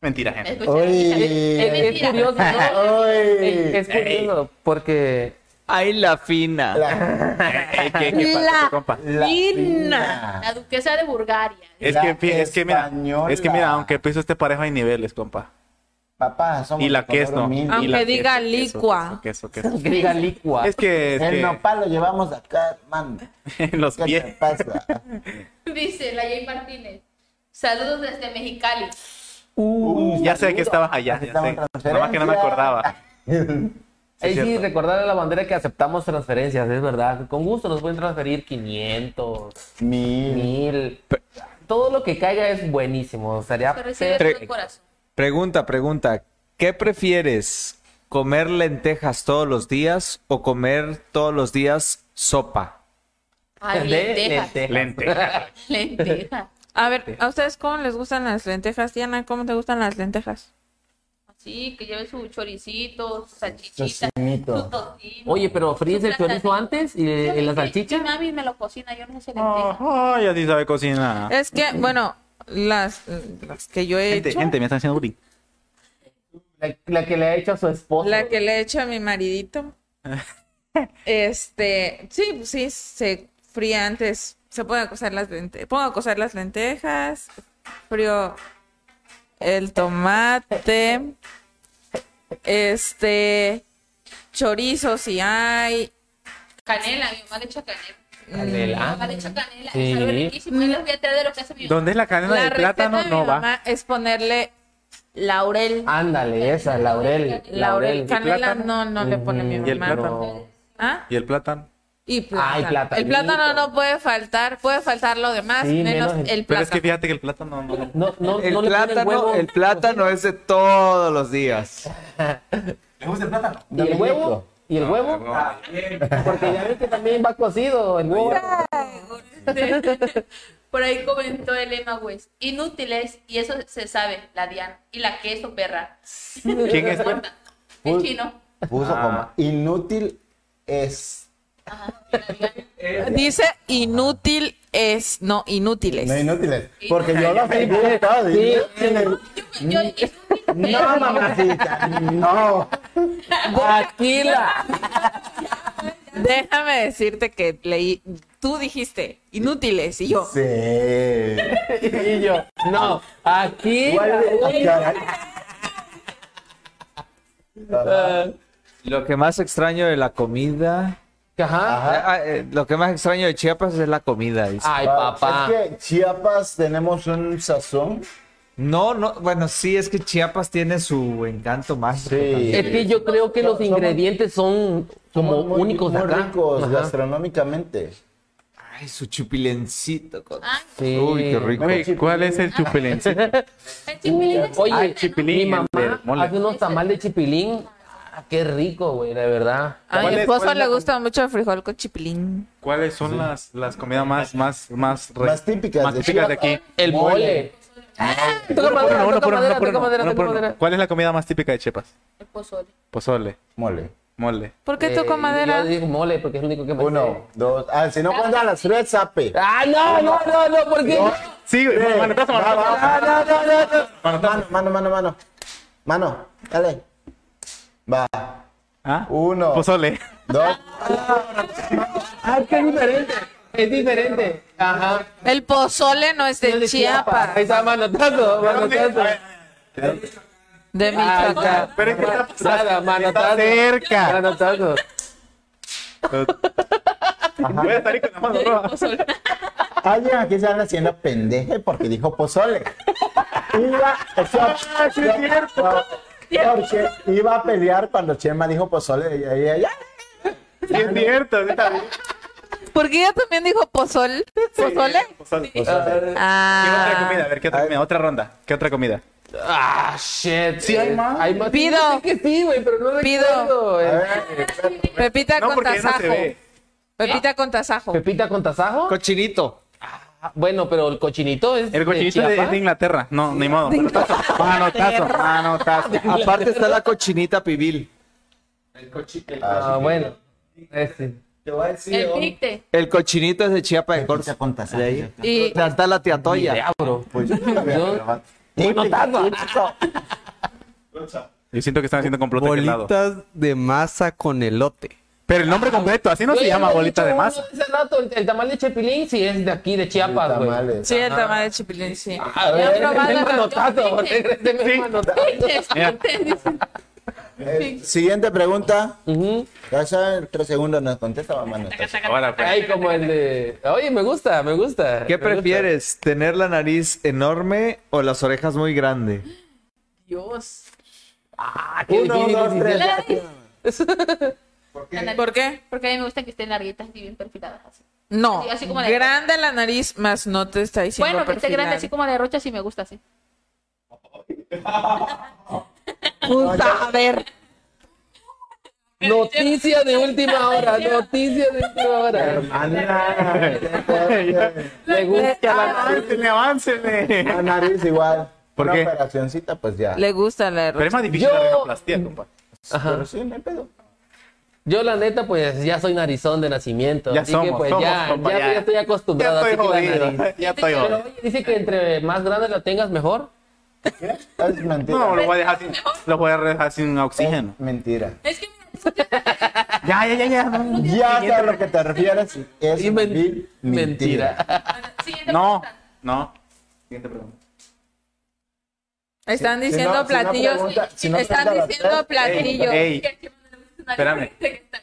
Speaker 1: Mentira, gente.
Speaker 2: Escucha, escucha,
Speaker 5: Oye.
Speaker 2: es
Speaker 4: Es
Speaker 2: mentira.
Speaker 4: curioso, ¿no? Es
Speaker 5: Ay,
Speaker 4: es curioso porque
Speaker 6: Ay, la fina.
Speaker 5: la,
Speaker 1: Eh, ¿qué- qué pasa, compa?
Speaker 5: la
Speaker 2: La duquesa de Bulgaria.
Speaker 1: Es que,
Speaker 5: La
Speaker 1: fi- es que mira,
Speaker 5: española.
Speaker 1: es que mira, aunque piso este parejo hay niveles, compa.
Speaker 5: Papá, somos
Speaker 1: Y la
Speaker 5: de color
Speaker 1: queso.
Speaker 5: humilde.
Speaker 1: Y la
Speaker 7: Aunque diga
Speaker 1: queso, queso,
Speaker 7: licua.
Speaker 1: queso, queso, queso.
Speaker 4: que diga licua.
Speaker 1: Es que, es
Speaker 5: El
Speaker 1: que
Speaker 5: nopal lo llevamos acá, man.
Speaker 1: en los
Speaker 5: ¿Qué te
Speaker 1: pies.
Speaker 5: pasa?
Speaker 2: Dice la Jay Martínez. Saludos desde Mexicali.
Speaker 1: Uh, Ya sé que estabas allá,
Speaker 5: Aquí
Speaker 1: ya
Speaker 5: estamos
Speaker 1: sé. Nada más que no me
Speaker 5: transferencia.
Speaker 1: acordaba. Sí,
Speaker 4: Ahí
Speaker 1: es
Speaker 4: sí,
Speaker 1: cierto.
Speaker 4: recordar a la bandera que aceptamos transferencias, es verdad. Con gusto nos pueden transferir 500,
Speaker 5: Mil.
Speaker 4: 1000. Todo lo que caiga es buenísimo. Sería
Speaker 2: Se recibe
Speaker 6: Tre-
Speaker 2: todo el corazón.
Speaker 6: Pregunta, pregunta. ¿Qué prefieres? ¿Comer lentejas todos los días o comer todos los días sopa?
Speaker 2: Ah,
Speaker 4: De
Speaker 2: lentejas.
Speaker 1: Lentejas.
Speaker 2: Lentejas.
Speaker 7: A ver, ¿a ustedes cómo les gustan las lentejas? Diana, ¿cómo te gustan las lentejas?
Speaker 2: Así, que lleve su choricito, su salchichita,
Speaker 5: Tocinito.
Speaker 2: su tocino.
Speaker 4: Oye, pero fríes
Speaker 2: su
Speaker 4: el chorizo
Speaker 2: platanito.
Speaker 4: antes y,
Speaker 2: Yo
Speaker 4: le-
Speaker 2: sé
Speaker 4: y la
Speaker 2: que-
Speaker 4: salchicha.
Speaker 2: Mi mami me lo cocina, yo no sé lentejas.
Speaker 1: Ajá, ya sí sabe cocinar.
Speaker 7: Es que, bueno, las, las que yo he
Speaker 1: Ah, Gente,
Speaker 7: hecho,
Speaker 1: gente, me están haciendo bullying.
Speaker 4: La, la que le ha hecho a su esposo.
Speaker 7: la que le he hecho a mi maridito, este, sí, sí, se fría antes, se pueden cocer las lentejas, pongo a cocer las lentejas, frío el tomate, este, chorizo si hay,
Speaker 2: Canela, mi mamá le echa canela. Mi
Speaker 4: Canela.
Speaker 2: mamá le echa canela.
Speaker 4: Sí.
Speaker 2: Es algo riquísimo. Y les voy a traer de lo que hace mi mamá.
Speaker 1: ¿Dónde es la canela
Speaker 7: La
Speaker 1: de
Speaker 7: receta
Speaker 1: plátano?
Speaker 7: de mi
Speaker 1: No va. Ah,
Speaker 7: mamá es ponerle laurel.
Speaker 4: Ándale, esa, Laurel.
Speaker 7: Mm.
Speaker 4: Mm,
Speaker 7: laurel.
Speaker 4: Laurel.
Speaker 7: Canela
Speaker 1: plátano? Mm,
Speaker 7: no, no le pone mi
Speaker 1: ¿Y el
Speaker 7: mamá.
Speaker 1: plátano?
Speaker 7: ¿Ah?
Speaker 1: ¿Y el plátano?
Speaker 7: Y plátano.
Speaker 4: Ah, y platanito.
Speaker 7: el plátano no puede faltar, puede faltar lo demás,
Speaker 4: Sí,
Speaker 7: menos,
Speaker 4: menos el-
Speaker 7: el
Speaker 1: Pero es que
Speaker 7: plátano.
Speaker 1: fíjate que el plátano no.
Speaker 4: No, no,
Speaker 6: El
Speaker 4: no le ponen
Speaker 6: plátano,
Speaker 4: huevo.
Speaker 6: el plátano es de todos los días.
Speaker 1: ¿Le gusta el plátano?
Speaker 4: ¿Y el huevo? ¿Y el huevo? Ah, Porque ya ves que también va cocido el huevo.
Speaker 2: Por ahí comentó Elena West. Inútiles, y eso se sabe, la Diana. Y la queso, perra.
Speaker 1: ¿Quién es?
Speaker 2: Corta. El chino.
Speaker 5: Puso
Speaker 1: Ah.
Speaker 5: como inútil es.
Speaker 7: Dice inútil es, no, inútiles.
Speaker 5: No inútiles. Porque yo lo sé bien todo.
Speaker 4: Sí.
Speaker 5: inútiles.
Speaker 2: Yo, inútil,
Speaker 5: No, mamacita. No.
Speaker 4: Aquila.
Speaker 7: Déjame decirte que leí, tú dijiste inútiles y yo.
Speaker 5: Sí.
Speaker 4: Y yo, no, aquí.
Speaker 5: Vuelve a cagar.
Speaker 6: Lo que más extraño de la comida.
Speaker 4: Ajá. Ah.
Speaker 5: Ajá.
Speaker 6: Ah, eh, lo que más extraño de Chiapas es la comida. dice.
Speaker 4: Ay, papá.
Speaker 5: Es que Chiapas tenemos un sazón.
Speaker 6: No, no, bueno, sí, es que Chiapas tiene su encanto mágico.
Speaker 5: Sí.
Speaker 6: también.
Speaker 4: Es que yo creo que los
Speaker 5: Somos-
Speaker 4: ingredientes son como
Speaker 5: Somos muy-
Speaker 4: únicos
Speaker 5: muy
Speaker 4: acá.
Speaker 5: ricos
Speaker 4: Ajá.
Speaker 5: gastronómicamente.
Speaker 6: Ay, su chupilencito. con-
Speaker 2: Ah,
Speaker 4: Sí.
Speaker 6: Uy, qué rico.
Speaker 1: ¿Cuál es el chupilencito?
Speaker 2: el chipilín es
Speaker 4: Oye,
Speaker 2: grande, ¿no?
Speaker 1: chipilín,
Speaker 4: mi mamá
Speaker 1: el del mole.
Speaker 4: hace unos tamales de chipilín. Ah, qué rico, güey, de verdad.
Speaker 7: A mi
Speaker 1: ¿Cuál es-
Speaker 7: esposo
Speaker 1: cuál es
Speaker 7: le
Speaker 1: la-
Speaker 7: gusta mucho el frijol con chipilín.
Speaker 1: ¿Cuáles son las, las comidas más, más, más, re-
Speaker 5: Más típicas
Speaker 1: más
Speaker 5: de
Speaker 1: típicas de
Speaker 5: Chiapas.
Speaker 1: aquí?
Speaker 4: El mole. Ah, Toca
Speaker 1: Uno por
Speaker 4: madera,
Speaker 1: uno, uno
Speaker 4: toca
Speaker 1: por uno,
Speaker 4: madera,
Speaker 1: uno por
Speaker 4: toca
Speaker 1: uno,
Speaker 4: madera,
Speaker 1: uno por
Speaker 4: toca
Speaker 1: uno.
Speaker 4: madera.
Speaker 1: ¿Cuál es la comida más típica de Chiapas?
Speaker 2: El pozole.
Speaker 1: Pozole,
Speaker 5: Mole.
Speaker 1: mole.
Speaker 7: ¿Por qué
Speaker 4: Eh,
Speaker 7: tocó madera?
Speaker 4: Yo digo mole porque es el único que me sé.
Speaker 5: Uno, dos. Ah, si no cuenta las tres, sape.
Speaker 4: Ah, no, no, no, no, porque
Speaker 1: Sí, güey,
Speaker 5: Tres.
Speaker 1: manotazo,
Speaker 5: Va,
Speaker 1: manotazo.
Speaker 5: va, va, no, no, no, no.
Speaker 1: Manotazo.
Speaker 5: Mano, mano, mano, mano. Mano, dale. Va.
Speaker 1: ¿Ah?
Speaker 5: Uno.
Speaker 1: Pozole.
Speaker 5: Dos.
Speaker 4: Ah, es que es diferente. Es diferente. Ajá.
Speaker 7: El pozole no es de,
Speaker 4: Es de
Speaker 7: Chiapas,
Speaker 4: Ahí está manotazo, manotazo.
Speaker 7: de
Speaker 4: Ah,
Speaker 7: Michoacán.
Speaker 1: eh, Pero eh, es que está,
Speaker 4: Nada, manotazo.
Speaker 1: está cerca.
Speaker 4: Manotazo.
Speaker 1: Voy a salir con la mano roja.
Speaker 5: Alguien aquí se anda haciendo pendeje porque dijo pozole. Iba, ah, sí es cierto. Porque iba a pelear cuando Chema dijo pozole. Y ella, ya.
Speaker 1: Sí, es cierto. sí está bien.
Speaker 7: Porque ella también dijo pozol. ¿Pozole?
Speaker 1: Pozole.
Speaker 4: Ah,
Speaker 5: Pozole.
Speaker 1: ¿Qué otra
Speaker 7: Ah.
Speaker 1: comida? A ver, ¿qué otra
Speaker 5: Ay.
Speaker 1: comida? Otra ronda. ¿Qué otra comida?
Speaker 4: Ah, shit.
Speaker 1: Sí, hay más.
Speaker 4: Hay más. Sí,
Speaker 7: Pido.
Speaker 4: yo sé que sí, güey, pero no
Speaker 7: Pido.
Speaker 4: recuerdo.
Speaker 5: A
Speaker 4: Eh,
Speaker 5: ver,
Speaker 7: Pepita
Speaker 1: pues, No,
Speaker 7: con
Speaker 1: porque no
Speaker 7: tasajo.
Speaker 1: se ve.
Speaker 7: Pepita con tasajo.
Speaker 4: Pepita con tasajo.
Speaker 6: Cochinito.
Speaker 4: Ah, Bueno, pero el cochinito es
Speaker 1: El cochinito
Speaker 4: de
Speaker 1: de- es
Speaker 4: Chiapas.
Speaker 1: de Inglaterra. No, ni modo. Manotazo. Manotazo. Manotazo.
Speaker 6: Aparte está la cochinita pibil.
Speaker 4: Ah, bueno. Este.
Speaker 5: te voy a decir.
Speaker 2: El
Speaker 5: oh,
Speaker 2: picte.
Speaker 6: El cochinito es de Chiapas de
Speaker 5: Corta
Speaker 6: Corzo.
Speaker 5: con taza.
Speaker 6: De ahí.
Speaker 7: Y
Speaker 6: Donde está la tiantoya.
Speaker 4: Idea, bro.
Speaker 5: Pues yo no
Speaker 4: Yo-
Speaker 5: veo.
Speaker 4: Bueno, taza.
Speaker 1: Yo siento que están haciendo complot de aquel lado.
Speaker 8: Bolitas de masa con elote.
Speaker 1: Pero el nombre completo, así no se
Speaker 4: Güey,
Speaker 1: llama
Speaker 4: lo he
Speaker 1: bolita
Speaker 4: dicho
Speaker 1: de
Speaker 4: uno
Speaker 1: masa.
Speaker 4: Hace rato, el, el tamal de Chepilín sí es de aquí, de Chiapas, güey.
Speaker 5: Tamales.
Speaker 7: sí, el tamal de chipilín, sí.
Speaker 4: A ver,
Speaker 7: Ya probado
Speaker 4: regréseme el
Speaker 7: la-
Speaker 4: manotazo,
Speaker 2: Sí.
Speaker 4: regréseme el
Speaker 1: Sí.
Speaker 4: manotazo.
Speaker 1: Mira,
Speaker 5: Eh, Siguiente pregunta.
Speaker 4: Ujú.
Speaker 5: Ya saben, tres segundos nos contesta, mamá. no está.
Speaker 1: ahora, pues.
Speaker 4: Ay, como el de... Oye, me gusta, me gusta. me
Speaker 6: ¿Qué
Speaker 4: gusta.
Speaker 6: prefieres? ¿Tener la nariz enorme o las orejas muy grandes?
Speaker 2: Dios.
Speaker 4: Ah, qué
Speaker 5: Uno,
Speaker 4: difícil,
Speaker 5: dos, tres.
Speaker 4: difícil.
Speaker 5: ya,
Speaker 2: Ay.
Speaker 5: tírame.
Speaker 7: ¿Por qué?
Speaker 2: Porque a mí me gusta que estén larguitas y bien perfiladas. así.
Speaker 7: No.
Speaker 2: Sí, así como de-
Speaker 7: Grande la nariz, más no te está diciendo
Speaker 2: Bueno, que esté
Speaker 7: perfilada.
Speaker 2: grande así como de rocha, sí me gusta así.
Speaker 7: Puta, a ver.
Speaker 4: Noticia de última hora, noticia de última hora.
Speaker 5: Hermana.
Speaker 4: Le gusta la...
Speaker 1: ¡Aváncele, aváncele!
Speaker 5: La nariz igual.
Speaker 1: ¿Por
Speaker 5: Una
Speaker 1: qué?
Speaker 5: operacioncita, pues ya.
Speaker 7: Le gusta la
Speaker 1: Pero es
Speaker 7: rocha.
Speaker 1: más difícil
Speaker 4: Yo-
Speaker 1: la rinoplastia, compa.
Speaker 4: Ajá.
Speaker 5: Pero sí, no hay pedo.
Speaker 4: Yo la neta, pues ya soy narizón de nacimiento.
Speaker 1: Ya
Speaker 4: así que
Speaker 1: somos,
Speaker 4: pues
Speaker 1: somos,
Speaker 4: ya,
Speaker 1: compa,
Speaker 4: ya,
Speaker 1: ya.
Speaker 4: ya estoy acostumbrado.
Speaker 1: Ya
Speaker 4: así
Speaker 1: estoy
Speaker 4: que la
Speaker 1: jodido.
Speaker 4: nariz.
Speaker 1: Ya estoy
Speaker 4: Pero
Speaker 1: jodido.
Speaker 4: oye, dice que entre más grande la tengas, mejor.
Speaker 5: Es mentira.
Speaker 1: No, lo voy a dejar sin, lo voy a dejar sin oxígeno.
Speaker 5: Es mentira.
Speaker 2: Es que mira,
Speaker 1: Ya, ya, ya, ya. no.
Speaker 5: Ya sé a lo que te refieres. Es
Speaker 4: Y men-
Speaker 5: vil mentira.
Speaker 4: mentira.
Speaker 2: bueno, siguiente
Speaker 1: No,
Speaker 2: pregunta.
Speaker 1: no. Siguiente pregunta.
Speaker 7: Están
Speaker 5: Si- si
Speaker 7: diciendo
Speaker 5: no- si no
Speaker 7: platillos.
Speaker 5: pregunta- si no
Speaker 7: están
Speaker 5: pregunta a las
Speaker 7: diciendo
Speaker 5: tres,
Speaker 7: platillos.
Speaker 1: Ey,
Speaker 2: Que aquí me gusta una
Speaker 1: Espérame.
Speaker 2: lista que está-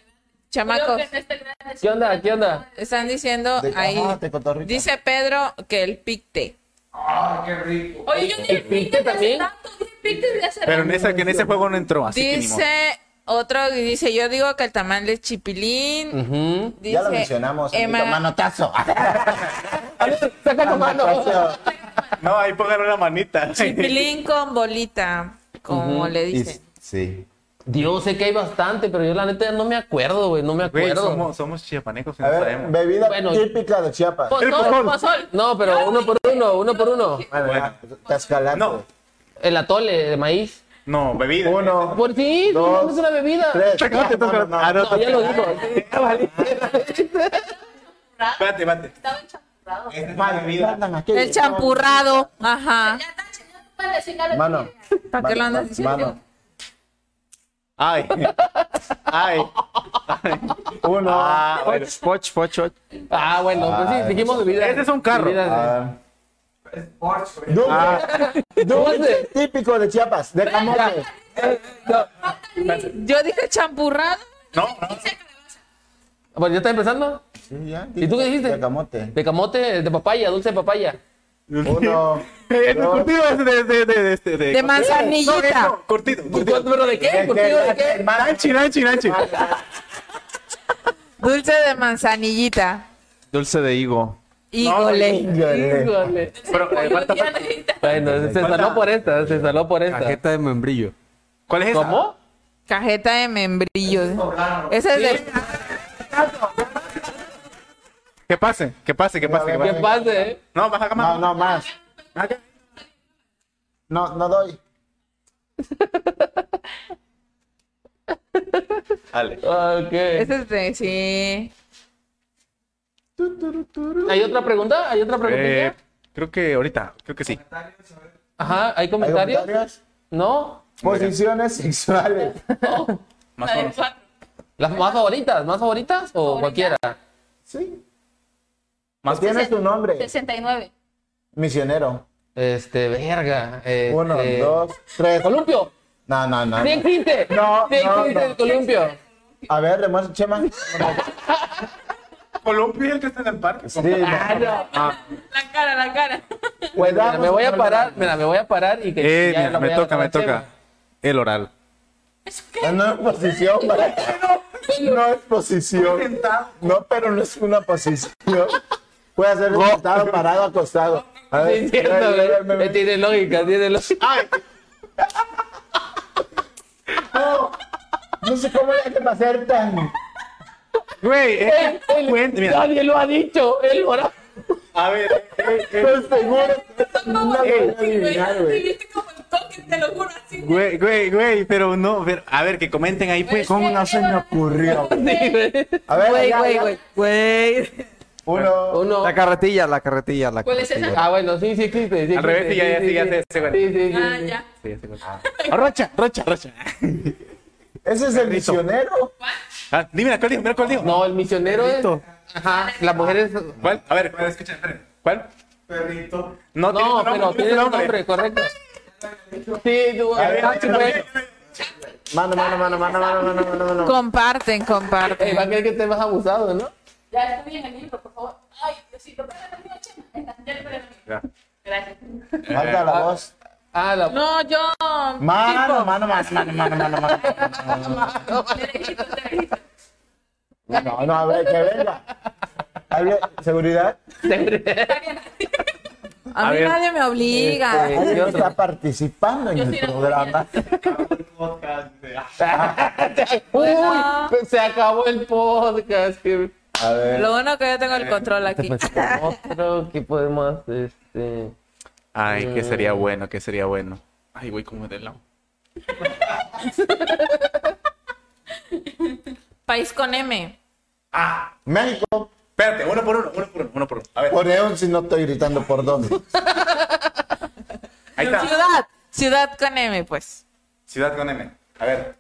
Speaker 7: chamacos.
Speaker 2: Creo que no está grande,
Speaker 4: ¿Qué onda? ¿Qué onda?
Speaker 7: Están diciendo
Speaker 5: De-
Speaker 7: ahí.
Speaker 5: Ajá, te cotorrita.
Speaker 7: Dice Pedro que el picte.
Speaker 2: Oye, yo ni el
Speaker 4: picte
Speaker 2: picte de hace
Speaker 4: también?
Speaker 2: tanto, ni el picte de hace
Speaker 1: Pero en,
Speaker 2: rato.
Speaker 1: esa, que en ese juego no entró, así que ni modo.
Speaker 7: Dice otro, dice yo digo que el tamal de chipilín.
Speaker 4: Ujú.
Speaker 7: Dice,
Speaker 5: ya lo mencionamos.
Speaker 7: Emma-
Speaker 5: amiguito, manotazo.
Speaker 4: A ver, saca tu mano.
Speaker 5: Manotazo.
Speaker 1: No, ahí pónganle una manita.
Speaker 7: Chipilín con bolita, como le
Speaker 5: Y-
Speaker 7: dicen.
Speaker 5: Sí.
Speaker 4: Dios, sé que hay bastante, pero yo la neta no me acuerdo, güey, no me
Speaker 1: Güey,
Speaker 4: acuerdo.
Speaker 1: somos, somos chiapanecos y
Speaker 5: A
Speaker 1: no
Speaker 5: ver,
Speaker 1: sabemos.
Speaker 5: bebida
Speaker 4: Bueno.
Speaker 5: típica de Chiapas.
Speaker 1: El
Speaker 4: Pozol,
Speaker 1: pozol.
Speaker 4: pozol. No, pero uno por uno, uno por uno.
Speaker 5: Bueno, ya,
Speaker 1: No.
Speaker 5: Tascalante.
Speaker 4: El atole de maíz.
Speaker 1: No, bebida.
Speaker 5: Uno.
Speaker 4: Por ti,
Speaker 5: Dos,
Speaker 4: no es una bebida.
Speaker 5: Tres.
Speaker 1: Chacate,
Speaker 5: No, no, no.
Speaker 1: Ah, no,
Speaker 4: No, ya lo dijo.
Speaker 1: Espérate, espérate.
Speaker 2: Estaba enchampurrado.
Speaker 1: Esta es
Speaker 5: Mano,
Speaker 1: la bebida.
Speaker 5: mandan aquí.
Speaker 7: El champurrado, ajá.
Speaker 2: Ya está, chingada, no puedes decir nada.
Speaker 5: Mano.
Speaker 7: ¿Para qué lo andas diciendo?
Speaker 5: Mano.
Speaker 1: Ay. Ay.
Speaker 5: Uno.
Speaker 1: Ah, bueno.
Speaker 6: Poch, poch, poch, poch.
Speaker 4: Ah, bueno, pues sí, dijimos bebida.
Speaker 1: Este es un carro.
Speaker 4: Bebida.
Speaker 5: Ah. Dulce. Dulce
Speaker 4: Dulce.
Speaker 5: este típico de Chiapas, de camote.
Speaker 4: No,
Speaker 7: Yo dije champurrado.
Speaker 1: No,
Speaker 4: Bueno, Pues, ¿ya está empezando?
Speaker 5: Sí, ya,
Speaker 4: ¿Y tú qué dijiste?
Speaker 5: De camote.
Speaker 4: De camote, de papaya, dulce de papaya.
Speaker 5: Uno.
Speaker 1: El
Speaker 5: dos,
Speaker 1: curtido Eh, es de, de, de, de, este, de,
Speaker 7: De manzanillita.
Speaker 1: No, curtido.
Speaker 4: ¿Cu- ¿Pero de qué? ¿Curtido de qué?
Speaker 1: Nanchi, nanchi, nanchi.
Speaker 7: Dulce de manzanillita.
Speaker 6: Dulce de higo.
Speaker 7: Híjole.
Speaker 5: Híjole.
Speaker 4: Híjole.
Speaker 1: Pero, eh, falta-
Speaker 2: Ya necesita-
Speaker 4: Bueno, se saló por esta, se saló por esta.
Speaker 8: Cajeta de membrillo.
Speaker 1: ¿Cuál es esa?
Speaker 4: ¿Cómo?
Speaker 7: Cajeta de membrillo. Ese es de.
Speaker 1: Que pase, que pase, que pase, que
Speaker 4: ¿Qué
Speaker 1: pase. Ah,
Speaker 4: pasa, eh?
Speaker 1: No, baja
Speaker 5: No,
Speaker 1: cámara.
Speaker 5: no más.
Speaker 1: Acá.
Speaker 5: No, no doy.
Speaker 1: Dale.
Speaker 4: Ah, Ok.
Speaker 7: Ese es de. Sí.
Speaker 4: ¿Hay otra pregunta? ¿Hay otra
Speaker 1: Eh,
Speaker 4: preguntita?
Speaker 1: creo que ahorita, creo que sí.
Speaker 4: Ajá, ¿hay
Speaker 5: ¿Hay
Speaker 4: comentarios?
Speaker 5: comentarios?
Speaker 4: ¿No?
Speaker 5: Posiciones sexuales.
Speaker 1: Más
Speaker 2: la
Speaker 1: o
Speaker 2: de
Speaker 1: menos.
Speaker 2: cuatro.
Speaker 4: ¿Las más favoritas? ¿Más favoritas o cualquiera?
Speaker 5: Sí.
Speaker 1: Más
Speaker 5: Tienes tu nombre.
Speaker 2: 69.
Speaker 5: Misionero.
Speaker 4: Este, verga. Este...
Speaker 5: Uno, dos, tres.
Speaker 4: Columpio.
Speaker 5: No, no, no.
Speaker 4: Bien
Speaker 5: no.
Speaker 4: existe.
Speaker 5: No,
Speaker 4: Bien
Speaker 5: no,
Speaker 4: existe
Speaker 5: no.
Speaker 4: el columpio.
Speaker 5: A ver, demuestra, Chema.
Speaker 1: Colombia es el que está en el parque.
Speaker 5: Sí, Ah, no.
Speaker 2: La cara, la cara.
Speaker 5: Pues
Speaker 4: Mira,
Speaker 5: damos
Speaker 4: me voy a
Speaker 5: un
Speaker 4: parar, mira, me voy a parar y que
Speaker 1: Eh,
Speaker 4: ya
Speaker 1: mira,
Speaker 4: la voy
Speaker 1: me
Speaker 4: a
Speaker 1: toca,
Speaker 4: agarrar
Speaker 1: me
Speaker 4: Chema.
Speaker 1: toca. El oral.
Speaker 5: Ah, No es posición, güey. No es posición. No, pero no es una posición. Puede hacer sentado, parado, acostado. A
Speaker 4: Sí,
Speaker 5: ver,
Speaker 4: es cierto,
Speaker 5: a ver, a ver,
Speaker 4: güey.
Speaker 5: a ver.
Speaker 4: Tiene lógica, tiene lógica.
Speaker 5: No, no sé cómo le hacen para hacer tan.
Speaker 1: Güey, eh,
Speaker 4: Él-
Speaker 1: cuenta- mira.
Speaker 4: Nadie lo ha dicho. Él ahora.
Speaker 1: A ver, eh, eh,
Speaker 5: Pero Pues, seguro. No voy a adivinar, güey.
Speaker 2: Viste como el toque, te lo juro, así.
Speaker 1: güey, güey, güey, pero no, ver- a ver, que comenten ahí pues.
Speaker 5: ¿Cómo no se me ocurrió? A ver,
Speaker 7: Güey,
Speaker 5: allá,
Speaker 7: güey,
Speaker 5: allá.
Speaker 7: güey.
Speaker 6: Güey.
Speaker 5: Uno.
Speaker 4: Uno.
Speaker 6: La carretilla, la carretilla, la
Speaker 2: ¿Cuál es
Speaker 6: carretilla.
Speaker 2: esa?
Speaker 4: Ah, bueno, sí, sí existe. sí
Speaker 1: Al revés,
Speaker 4: existe,
Speaker 1: sí, ya-
Speaker 4: sí,
Speaker 1: sí,
Speaker 4: sí,
Speaker 1: ya
Speaker 4: sí.
Speaker 1: sé, sé, bueno.
Speaker 4: Sí, sí, sí,
Speaker 2: Ah,
Speaker 4: sí.
Speaker 2: ya. Ah,
Speaker 1: Rocha, rocha, rocha.
Speaker 5: Ese es el misionero.
Speaker 1: Ah, dime la cuál dijo, mira cuál dijo.
Speaker 4: No, el misionero es. Ajá, las mujeres.
Speaker 1: ¿Cuál? A ver, ¿cuál? Escucha, espérate. ¿Cuál? Perrito. No, tiene
Speaker 4: No,
Speaker 1: su nombre,
Speaker 4: pero tiene
Speaker 1: su
Speaker 4: un nombre, correcto. Sí, tú,
Speaker 1: A ver,
Speaker 4: ah, sí, pues.
Speaker 5: Mano, mano, mano, mano, mano, mano, mano, mano.
Speaker 7: Comparten,
Speaker 4: Eh,
Speaker 7: comparten.
Speaker 4: va a creer que te vas abusado, ¿no?
Speaker 2: Ya está bien el libro, por favor. Ay, Diosito, pásame el libro, Chema. Ahí está, ya lo perdí.
Speaker 1: Ya.
Speaker 2: Gracias.
Speaker 5: Falta la voz.
Speaker 4: Ah, la.
Speaker 7: No, yo.
Speaker 5: Mano, mano, mano, mano, mano, mano, mano.
Speaker 2: Derechito, derechito.
Speaker 5: No,
Speaker 4: Pues,
Speaker 5: no, a ver, que venga. Hable- ¿Seguridad?
Speaker 2: Está bien.
Speaker 7: A,
Speaker 1: A
Speaker 7: mí
Speaker 1: ver.
Speaker 7: nadie me obliga.
Speaker 4: Este,
Speaker 5: Alguien
Speaker 4: yo-
Speaker 5: está participando en
Speaker 2: Yo
Speaker 5: el
Speaker 2: sí la voy a
Speaker 5: programa.
Speaker 4: Uy,
Speaker 7: No.
Speaker 4: se acabó el podcast. que-
Speaker 5: A ver.
Speaker 7: Lo bueno que yo tengo el control aquí.
Speaker 4: Pues, otro que podemos, este...
Speaker 1: Ay, que sería bueno, que sería bueno. Ay, güey, como del lado.
Speaker 7: País con M.
Speaker 5: México,
Speaker 1: Espérate, uno por uno, uno por uno, uno por uno. A ver,
Speaker 5: por eso si no estoy gritando por dónde.
Speaker 1: ahí está.
Speaker 7: Ciudad. Ciudad con M, pues.
Speaker 1: Ciudad con M. A ver,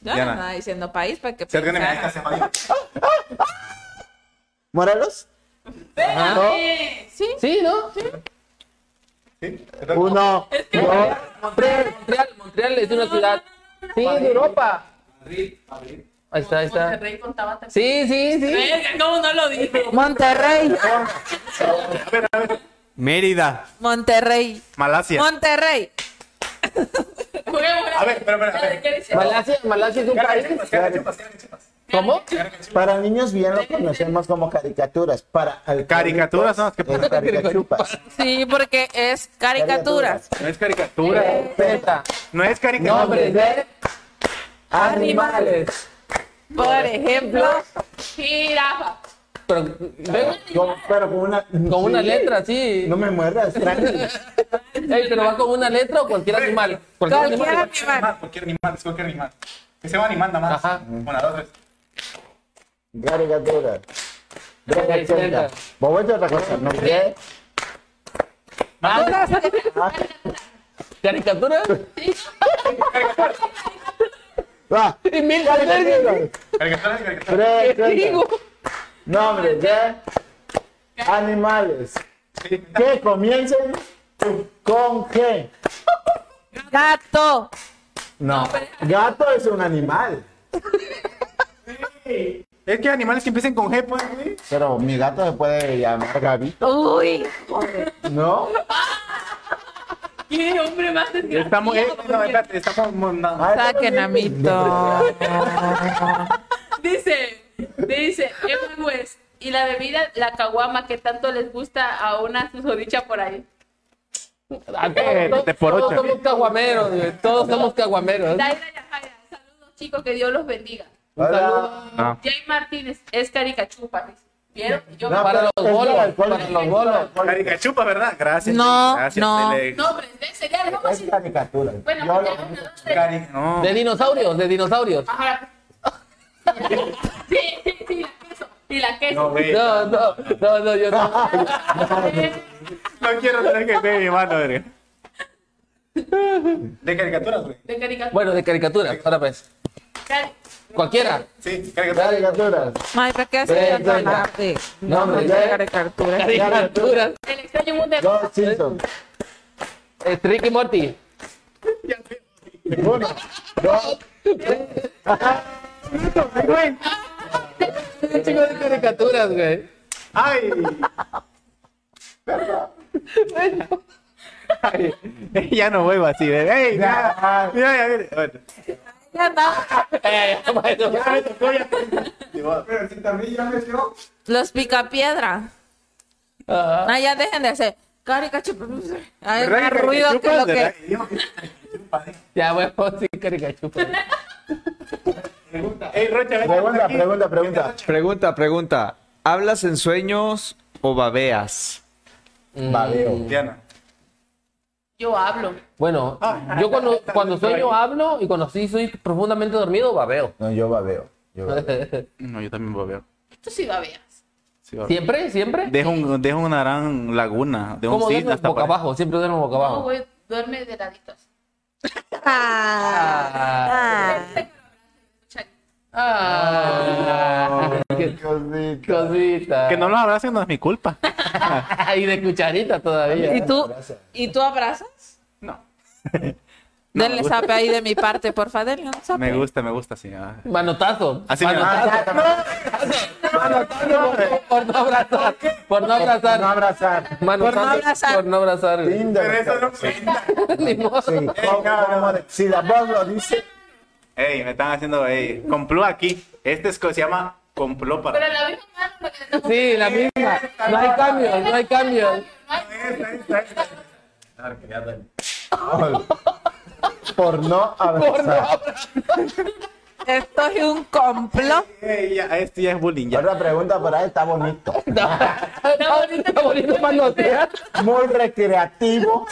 Speaker 7: Yo no
Speaker 1: Diana.
Speaker 7: estaba diciendo país para que
Speaker 1: ciudad con M, ahí está,
Speaker 7: pensaran.
Speaker 1: se jodió.
Speaker 5: ¿Morelos?
Speaker 4: Ajá.
Speaker 7: Sí,
Speaker 4: Sí, ¿no?
Speaker 1: ¿Sí?
Speaker 5: Uno. dos.
Speaker 4: Montreal, Montreal, Montreal es una ciudad. Sí, de Europa. Ahí está, ahí está.
Speaker 2: Monterrey contaba también.
Speaker 4: Sí, sí,
Speaker 2: Eh.
Speaker 4: sí.
Speaker 7: Verga, ¿Cómo no lo dije?
Speaker 5: Monterrey.
Speaker 8: Mérida.
Speaker 7: Monterrey.
Speaker 1: Malasia.
Speaker 7: Monterrey.
Speaker 2: Juguemos,
Speaker 1: A ver, espera, espera, espera.
Speaker 2: ¿qué dice?
Speaker 4: Malasia, Malasia es un
Speaker 1: Carga
Speaker 4: país.
Speaker 1: chupas, carga chupas, carga chupas.
Speaker 4: ¿Cómo?
Speaker 5: Para niños bien lo conocemos como caricaturas. Para alcohólicos,
Speaker 1: Caricaturas, no, es que-
Speaker 5: es caricachupas.
Speaker 7: Sí, porque es caricatura.
Speaker 1: No es caricatura.
Speaker 4: Peta.
Speaker 1: No es caricatura.
Speaker 4: Nombres de
Speaker 7: animales.
Speaker 4: animales.
Speaker 7: Por ejemplo,
Speaker 2: Jirafa.
Speaker 4: Pero vengo
Speaker 5: Con- pero con una,
Speaker 4: con una
Speaker 5: sí,
Speaker 4: letra, sí.
Speaker 5: No me muerdas, tranqui.
Speaker 4: Ey, pero va con una letra o cualquier animal. Cualquier
Speaker 7: cualquier
Speaker 4: animal.
Speaker 7: animal.
Speaker 1: Cualquier animal, es cualquier animal. Que se va animando más.
Speaker 4: Ajá.
Speaker 1: Una, dos, tres.
Speaker 5: Caricatura. Venga,
Speaker 4: Ok, venga.
Speaker 5: venga. Vos voy a otra cosa, ¿no? ¿Qué?
Speaker 4: Ah. Caricatura.
Speaker 5: Va.
Speaker 4: Y mil
Speaker 5: Caricaturas.
Speaker 1: Caricaturas, caricaturas.
Speaker 5: Tres,
Speaker 4: digo?
Speaker 5: cuenta. Nombres de animales
Speaker 1: Sí.
Speaker 5: que comiencen con G.
Speaker 7: Gato.
Speaker 5: No. Gato es un animal.
Speaker 1: Es que animales que empiecen con G, pues, güey.
Speaker 5: Pero mi gato se puede llamar Gabito.
Speaker 7: Uy.
Speaker 5: No.
Speaker 2: ¿Qué hombre más desgraciado?
Speaker 1: Estamos, eh, no, espérate, estamos
Speaker 5: Ah,
Speaker 1: mandando.
Speaker 7: Saquen a Mito.
Speaker 2: Dice, dice, Evan West, y la bebida, la caguama que tanto les gusta a una susodicha por ahí.
Speaker 4: Ah, todos-
Speaker 1: Eh, de por
Speaker 4: todos
Speaker 1: ocho.
Speaker 4: somos caguameros, güey, todos somos caguameros.
Speaker 2: Daira Yahaya, saludos chicos, que Dios los bendiga.
Speaker 5: Hola.
Speaker 1: No.
Speaker 2: Jay Martínez es caricachupa, dice. ¿Vieron? Yo
Speaker 5: Ah. No,
Speaker 4: Para
Speaker 5: pero
Speaker 4: los
Speaker 5: es
Speaker 4: bolos,
Speaker 5: alcohólico,
Speaker 4: para los
Speaker 5: es
Speaker 4: bolos.
Speaker 5: alcohólico.
Speaker 1: Caricachupa, ¿verdad? Gracias.
Speaker 7: No,
Speaker 1: gracias.
Speaker 7: no.
Speaker 1: Dele-
Speaker 2: No, hombre, de cereales, vamos a
Speaker 5: Es
Speaker 2: decir.
Speaker 5: caricatura.
Speaker 2: Bueno,
Speaker 5: Yo
Speaker 2: ya,
Speaker 5: lo-
Speaker 2: una, dos, tres.
Speaker 1: Cari- no.
Speaker 4: De dinosaurios, de dinosaurios.
Speaker 2: Ajá. Sí, sí, sí, la queso. Y la
Speaker 1: No,
Speaker 2: queso.
Speaker 1: güey.
Speaker 4: No, no, no, no, yo no.
Speaker 1: No quiero tener que ver mi mano, verga. De caricaturas, güey.
Speaker 2: De caricatura.
Speaker 4: Bueno, de caricaturas, ahora pues.
Speaker 2: Cari-
Speaker 4: Cualquiera.
Speaker 1: Sí, caricaturas.
Speaker 5: Caricaturas.
Speaker 7: Ay, ¿para qué hace yo tan
Speaker 5: Venga.
Speaker 7: tarde?
Speaker 4: Pues
Speaker 5: No,
Speaker 7: No,
Speaker 5: hombre,
Speaker 7: de
Speaker 5: ya.
Speaker 7: caricatura.
Speaker 4: Caricaturas.
Speaker 2: El extraño mundo de...
Speaker 5: Dos Simpsons.
Speaker 4: Eh, Rick y Morty.
Speaker 5: Uno, dos,
Speaker 4: Un chingo de caricaturas, güey.
Speaker 1: ¡Ay! Ay, ya no vuelvo así, de. ¡Ey! Ya, ya, ya, mira. Bueno,
Speaker 7: Ya está.
Speaker 4: Eh, bueno.
Speaker 1: me tocó ya.
Speaker 7: Los picapiedra.
Speaker 4: Ajá.
Speaker 7: Ah, ya dejen de hacer. Caricachupa. Hay
Speaker 1: ¿Verdad
Speaker 7: más ruido que
Speaker 1: caricachupas,
Speaker 7: lo que.
Speaker 1: verdad? Yo- caricachupas, eh.
Speaker 4: Ya, güey, sí, caricachupas.
Speaker 1: Ey, Rocha, vete por
Speaker 5: Pregunta,
Speaker 1: aquí.
Speaker 5: pregunta, pregunta.
Speaker 6: Pregunta, pregunta. ¿Hablas en sueños o babeas?
Speaker 5: Babeo.
Speaker 1: Diana.
Speaker 2: Yo hablo.
Speaker 4: Bueno, yo cuando, cuando sueño hablo y cuando sí soy profundamente dormido, babeo.
Speaker 5: No, yo babeo. Yo babeo.
Speaker 1: No, yo también babeo.
Speaker 2: Tú sí babeas.
Speaker 1: Sí, babeo.
Speaker 4: ¿Siempre? ¿Siempre?
Speaker 1: Dejo, un, dejo una gran laguna. De un
Speaker 4: ¿Cómo
Speaker 1: cis
Speaker 4: duermes
Speaker 1: hasta
Speaker 4: boca
Speaker 1: para-
Speaker 4: abajo? Siempre duermo boca
Speaker 2: No,
Speaker 4: abajo.
Speaker 2: güey, duerme de ladito. así.
Speaker 4: Ah, ah, qué
Speaker 5: Cosita.
Speaker 4: cosita.
Speaker 1: Que no los abracen no es mi culpa.
Speaker 4: Y de cucharita todavía.
Speaker 7: ¿Y tú,
Speaker 5: Abraza.
Speaker 7: ¿Y tú abrazas?
Speaker 1: No.
Speaker 7: Denle
Speaker 1: me gusta.
Speaker 7: sape ahí de mi parte, por favor. Denle un sape.
Speaker 1: Me gusta, me gusta, sí. ah.
Speaker 4: Manotazo.
Speaker 1: Así me
Speaker 4: Manotazo. Manotazo por, por no abrazar. Por no abrazar.
Speaker 5: No abrazar.
Speaker 4: Manotazo
Speaker 7: Por no abrazar.
Speaker 4: Por no abrazar. güey.
Speaker 5: Lindo.
Speaker 1: cuenta.
Speaker 4: Ni modo.
Speaker 5: Sí, ¿cómo- cómo de- Si la voz lo dice,
Speaker 1: Ey, me están haciendo, ey, compló aquí. Este es que se llama compló
Speaker 2: Pero
Speaker 1: para.
Speaker 2: la misma mano, porque le estamos-
Speaker 4: Sí, la misma. No hay cambios, no hay cambios.
Speaker 5: Por no abrazar.
Speaker 7: Esto es un complot.
Speaker 1: Eh, ya, este ya es bullying, ya.
Speaker 5: Otra pregunta por ahí, está bonito.
Speaker 4: Está bonito, está bonito manotear.
Speaker 5: Muy recreativo.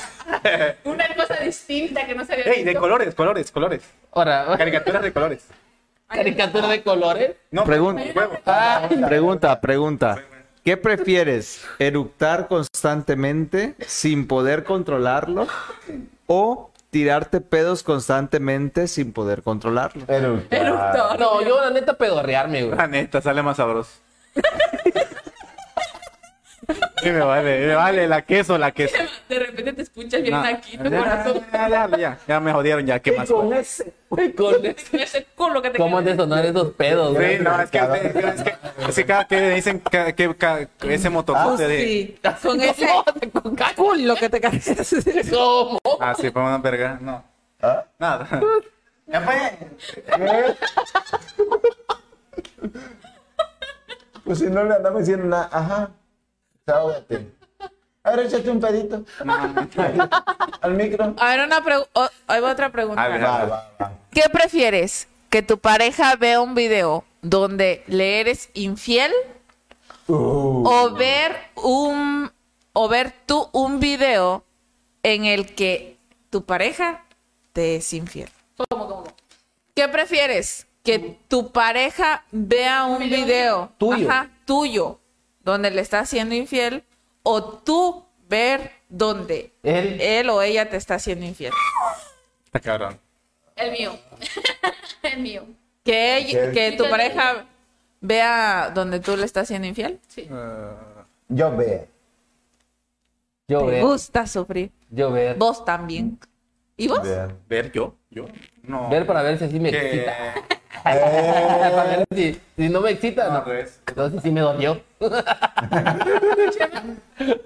Speaker 2: Una cosa distinta que no se había
Speaker 1: Ey, de
Speaker 2: visto.
Speaker 1: colores, colores, colores.
Speaker 4: Ahora,
Speaker 1: Caricaturas de colores.
Speaker 4: caricatura de colores.
Speaker 1: No, pues,
Speaker 6: Pregun-
Speaker 1: huevo.
Speaker 6: Pregunta, pregunta. ¿Qué prefieres? ¿Eructar constantemente sin poder controlarlo? ¿O tirarte pedos constantemente sin poder controlarlo?
Speaker 5: Eructar.
Speaker 7: Eructó.
Speaker 4: No, yo la neta pedorrearme, güey.
Speaker 1: La neta, sale más sabroso. Sí, me vale, me vale, la queso, la queso.
Speaker 2: De repente te escuchas bien
Speaker 1: No.
Speaker 2: aquí, tu
Speaker 1: Ya,
Speaker 2: corazón.
Speaker 1: ya, ya, ya, ya me jodieron, ya, ¿qué más? pues.
Speaker 4: Con ese, güey, con ese.
Speaker 2: Con ese culo que te
Speaker 4: ¿Cómo han
Speaker 2: queda.
Speaker 4: de sonar esos pedos,
Speaker 1: Sí,
Speaker 4: güey?
Speaker 1: no, es que, es que, es que cada que me dicen ca- que, ca- ese
Speaker 2: Ah,
Speaker 1: motocote de...
Speaker 7: Sí, con ese
Speaker 4: Con
Speaker 7: culo que te cargas.
Speaker 4: ¿Cómo?
Speaker 1: Ah, sí, fue una verga, no.
Speaker 5: ¿Ah?
Speaker 1: Nada. Ya fue.
Speaker 5: ¿Eh? Pues si no le andamos diciendo nada, ajá, sábate. A ver, échate un pedito. Al micro.
Speaker 7: A ver, una pregu- o- ahí va otra
Speaker 1: A ver.
Speaker 7: pregunta.
Speaker 5: Va, va, va.
Speaker 7: ¿Qué prefieres? ¿Que tu pareja vea un video donde le eres infiel
Speaker 5: Uh,
Speaker 7: o ver un o ver tú un video en el que tu pareja te es infiel?
Speaker 2: ¿Cómo, cómo, cómo?
Speaker 7: ¿Qué prefieres? ¿Que tu pareja vea un video
Speaker 4: Tuyo.
Speaker 7: ajá, tuyo donde le está siendo infiel o tú ver donde
Speaker 4: Él.
Speaker 7: él o ella te está siendo infiel?
Speaker 1: Está cabrón.
Speaker 2: El mío. El mío.
Speaker 7: Que, ella-
Speaker 5: Ok.
Speaker 7: que tu
Speaker 2: Sí,
Speaker 7: pareja vea donde tú le estás siendo infiel.
Speaker 2: Sí.
Speaker 5: yo veo.
Speaker 4: Yo
Speaker 7: Te
Speaker 4: ver,
Speaker 7: gusta sufrir.
Speaker 4: yo ver.
Speaker 7: Vos también. ¿Y vos?
Speaker 5: Veo.
Speaker 1: ¿Ver yo? ¿Yo? No.
Speaker 4: Ver para ver si así me
Speaker 1: que...
Speaker 4: excita. Para ver si, si no me excita,
Speaker 1: No,
Speaker 4: no.
Speaker 1: al revés.
Speaker 4: Entonces sí me dolió.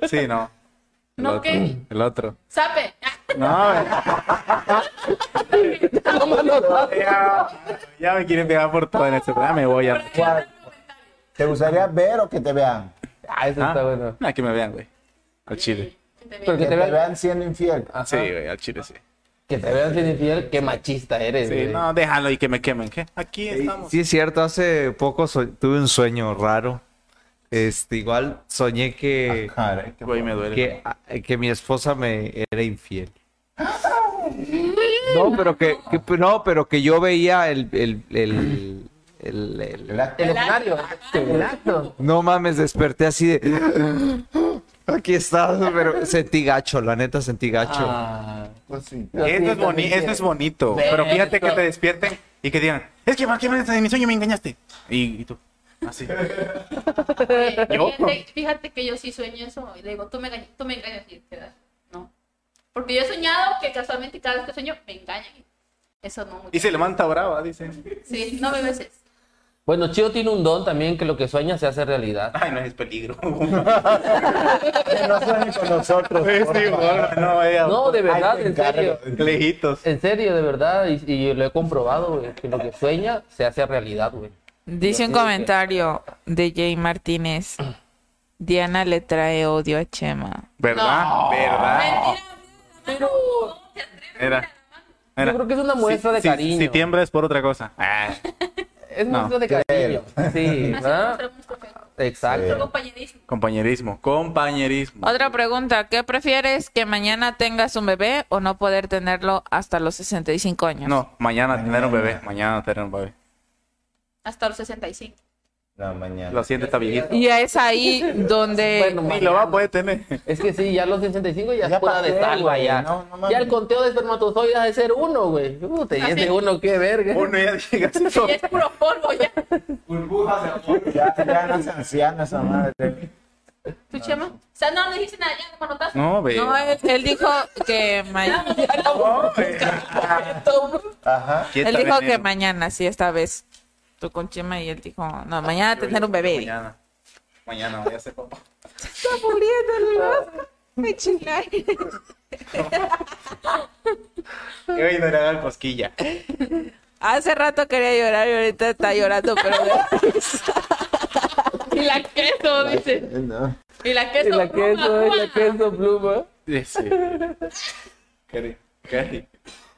Speaker 1: Sí, no. El
Speaker 2: ¿No
Speaker 1: otro.
Speaker 2: qué?
Speaker 1: El otro.
Speaker 2: Sape.
Speaker 1: No,
Speaker 4: No, mano, no.
Speaker 1: ya, ya me quieren pegar por todo en este programa, me voy a...
Speaker 5: ¿Cuál? ¿Te gustaría ver o que te vean?
Speaker 4: Ah, eso está bueno.
Speaker 1: No, que me vean, güey. Al chile.
Speaker 4: Pero
Speaker 5: Que
Speaker 4: que
Speaker 5: te
Speaker 4: te vean,
Speaker 5: vean siendo infiel.
Speaker 4: Ajá.
Speaker 1: Sí, güey, al chile sí.
Speaker 4: que te vean sin infiel, qué machista eres,
Speaker 1: Sí,
Speaker 4: güey.
Speaker 1: no, déjalo y que me quemen, ¿qué? Aquí estamos.
Speaker 6: Sí, es cierto, hace poco so- tuve un sueño raro. Este, igual soñé que,
Speaker 5: Caray.
Speaker 1: Güey, me duele.
Speaker 6: que, que mi esposa me era infiel. No, pero que, que- no, pero que yo veía el, el- el- el- el-
Speaker 5: El acto.
Speaker 4: El escenario. El acto.
Speaker 6: No mames, desperté así de. Aquí estás, pero sentí gacho, la neta sentí gacho.
Speaker 4: Ah,
Speaker 5: Pues sí.
Speaker 4: lo
Speaker 1: Eso
Speaker 4: siento,
Speaker 1: es, boni-
Speaker 4: sí,
Speaker 1: eso es bonito.
Speaker 4: Ve,
Speaker 1: Pero fíjate que
Speaker 4: eso.
Speaker 1: te despierten y que digan, es que ¿por qué me- en mi sueño me engañaste? Y, y tú, así.
Speaker 2: Oye,
Speaker 1: Yo.
Speaker 2: Fíjate, fíjate que yo sí sueño eso. Y le digo, tú me engañas, tú me engañas. Y te das. No. Porque yo he soñado que casualmente cada vez que sueño me engañan. Eso no.
Speaker 1: Y se levanta brava, dice.
Speaker 2: Sí, nueve veces.
Speaker 4: Bueno, Chio tiene un don también que lo que sueña se hace realidad.
Speaker 1: Ay, no es peligro.
Speaker 5: Que no suene con nosotros. por favor.
Speaker 1: no, ella-
Speaker 4: No, de verdad,
Speaker 5: Ay,
Speaker 4: en serio.
Speaker 1: Lejitos.
Speaker 4: En serio, de verdad, y, y lo he comprobado, güey, que lo que sueña se hace realidad, güey.
Speaker 7: Dice un
Speaker 4: Sí, sí.
Speaker 7: comentario de Jay Martínez. Diana le trae odio a Chema.
Speaker 1: ¿Verdad? ¿Verdad?
Speaker 4: Pero
Speaker 1: Era.
Speaker 4: yo creo que es una muestra de cariño.
Speaker 1: Si, tiembla es por otra cosa. Ah,
Speaker 4: es
Speaker 1: no,
Speaker 4: muestra de cariño. Sí,
Speaker 2: Así
Speaker 4: ¿verdad?
Speaker 2: mostramos nuestro
Speaker 4: Exacto.
Speaker 2: compañerismo.
Speaker 1: compañerismo, compañerismo.
Speaker 7: Otra pregunta, ¿qué prefieres que mañana tengas un bebé o no poder tenerlo hasta los 65 años?
Speaker 1: No, mañana, tener un bebé. Mañana tener un bebé.
Speaker 2: Hasta los 65.
Speaker 5: No, mañana.
Speaker 1: Lo siento, está viejito.
Speaker 7: Y es ahí donde...
Speaker 4: Bueno,
Speaker 1: Ni lo va a poder tener.
Speaker 4: Es que sí, ya los 65 ya,
Speaker 5: Ya
Speaker 4: es fuera
Speaker 5: pasé,
Speaker 4: de salva
Speaker 5: güey,
Speaker 4: ya.
Speaker 5: no, no mames.
Speaker 4: ya el conteo de espermatozoides ha de ser uno, güey. Puta, y
Speaker 2: Ah,
Speaker 4: ese
Speaker 2: sí.
Speaker 4: uno, qué verga.
Speaker 1: Uno ya llega así
Speaker 2: Sí,
Speaker 1: todo.
Speaker 2: ya es puro polvo ya.
Speaker 5: Ya, ya no es anciana esa madre.
Speaker 2: ¿Tú, Chema? O sea, no le dijiste nada, ya no manotazo.
Speaker 1: No, ve.
Speaker 7: No, él, él dijo que mañana...
Speaker 5: Ajá.
Speaker 1: ¿Qué
Speaker 7: Él
Speaker 1: tal
Speaker 7: dijo
Speaker 1: en
Speaker 7: que
Speaker 1: eso?
Speaker 7: mañana, sí, esta vez. Tú con Chema y él dijo, no, mañana tener un bebé.
Speaker 1: Mañana. Mañana, ya sé papá.
Speaker 7: Está muriendo el Me chingáis.
Speaker 1: Yo he ido a dar cosquilla.
Speaker 7: Hace rato quería llorar y ahorita está llorando, pero
Speaker 2: Y la queso, dice.
Speaker 5: No.
Speaker 2: Y la queso
Speaker 4: Y la
Speaker 2: pluma,
Speaker 4: queso, y la
Speaker 2: Juan.
Speaker 4: queso pluma.
Speaker 1: Sí. Cari, cari.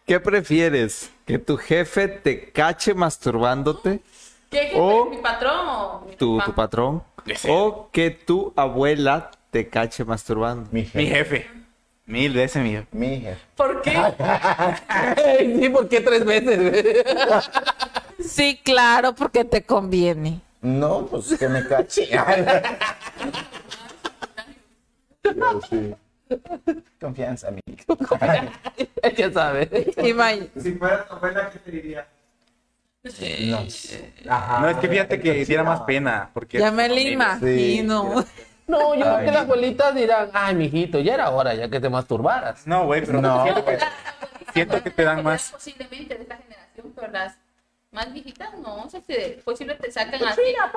Speaker 6: ¿Qué prefieres? ¿Que tu jefe te cache masturbándote?
Speaker 2: ¿Qué, qué,
Speaker 6: O-
Speaker 2: mi patrón o mi
Speaker 6: Tu,
Speaker 2: papá?
Speaker 6: tu patrón.
Speaker 1: Ese.
Speaker 6: ¿O que tu abuela te cache masturbando?
Speaker 5: Mi
Speaker 1: Mi
Speaker 5: jefe.
Speaker 1: jefe. Mil veces mi jefe.
Speaker 5: Mi jefe.
Speaker 2: ¿Por qué?
Speaker 4: Ey, sí, ¿por qué tres veces?
Speaker 7: Sí, claro, porque te conviene.
Speaker 5: No, pues que me cache. Yo sí. Confianza, amigo.
Speaker 4: ya sabes.
Speaker 7: Imagínate.
Speaker 3: Si fuera tu abuela, ¿qué te diría?
Speaker 5: No. Ajá.
Speaker 1: No, es que fíjate que diera más pena. Porque
Speaker 7: Ya me la imagino.
Speaker 4: No, yo creo
Speaker 5: Ay.
Speaker 4: que las abuelitas dirán, ay, mijito, ya era hora ya que te masturbaras.
Speaker 1: No, güey, pero
Speaker 5: No.
Speaker 1: siento, que, siento que te dan más.
Speaker 2: Posiblemente de esta generación, pero las más viejitas no, o sea, se- posiblemente te sacan
Speaker 5: Pues
Speaker 2: así. Mira,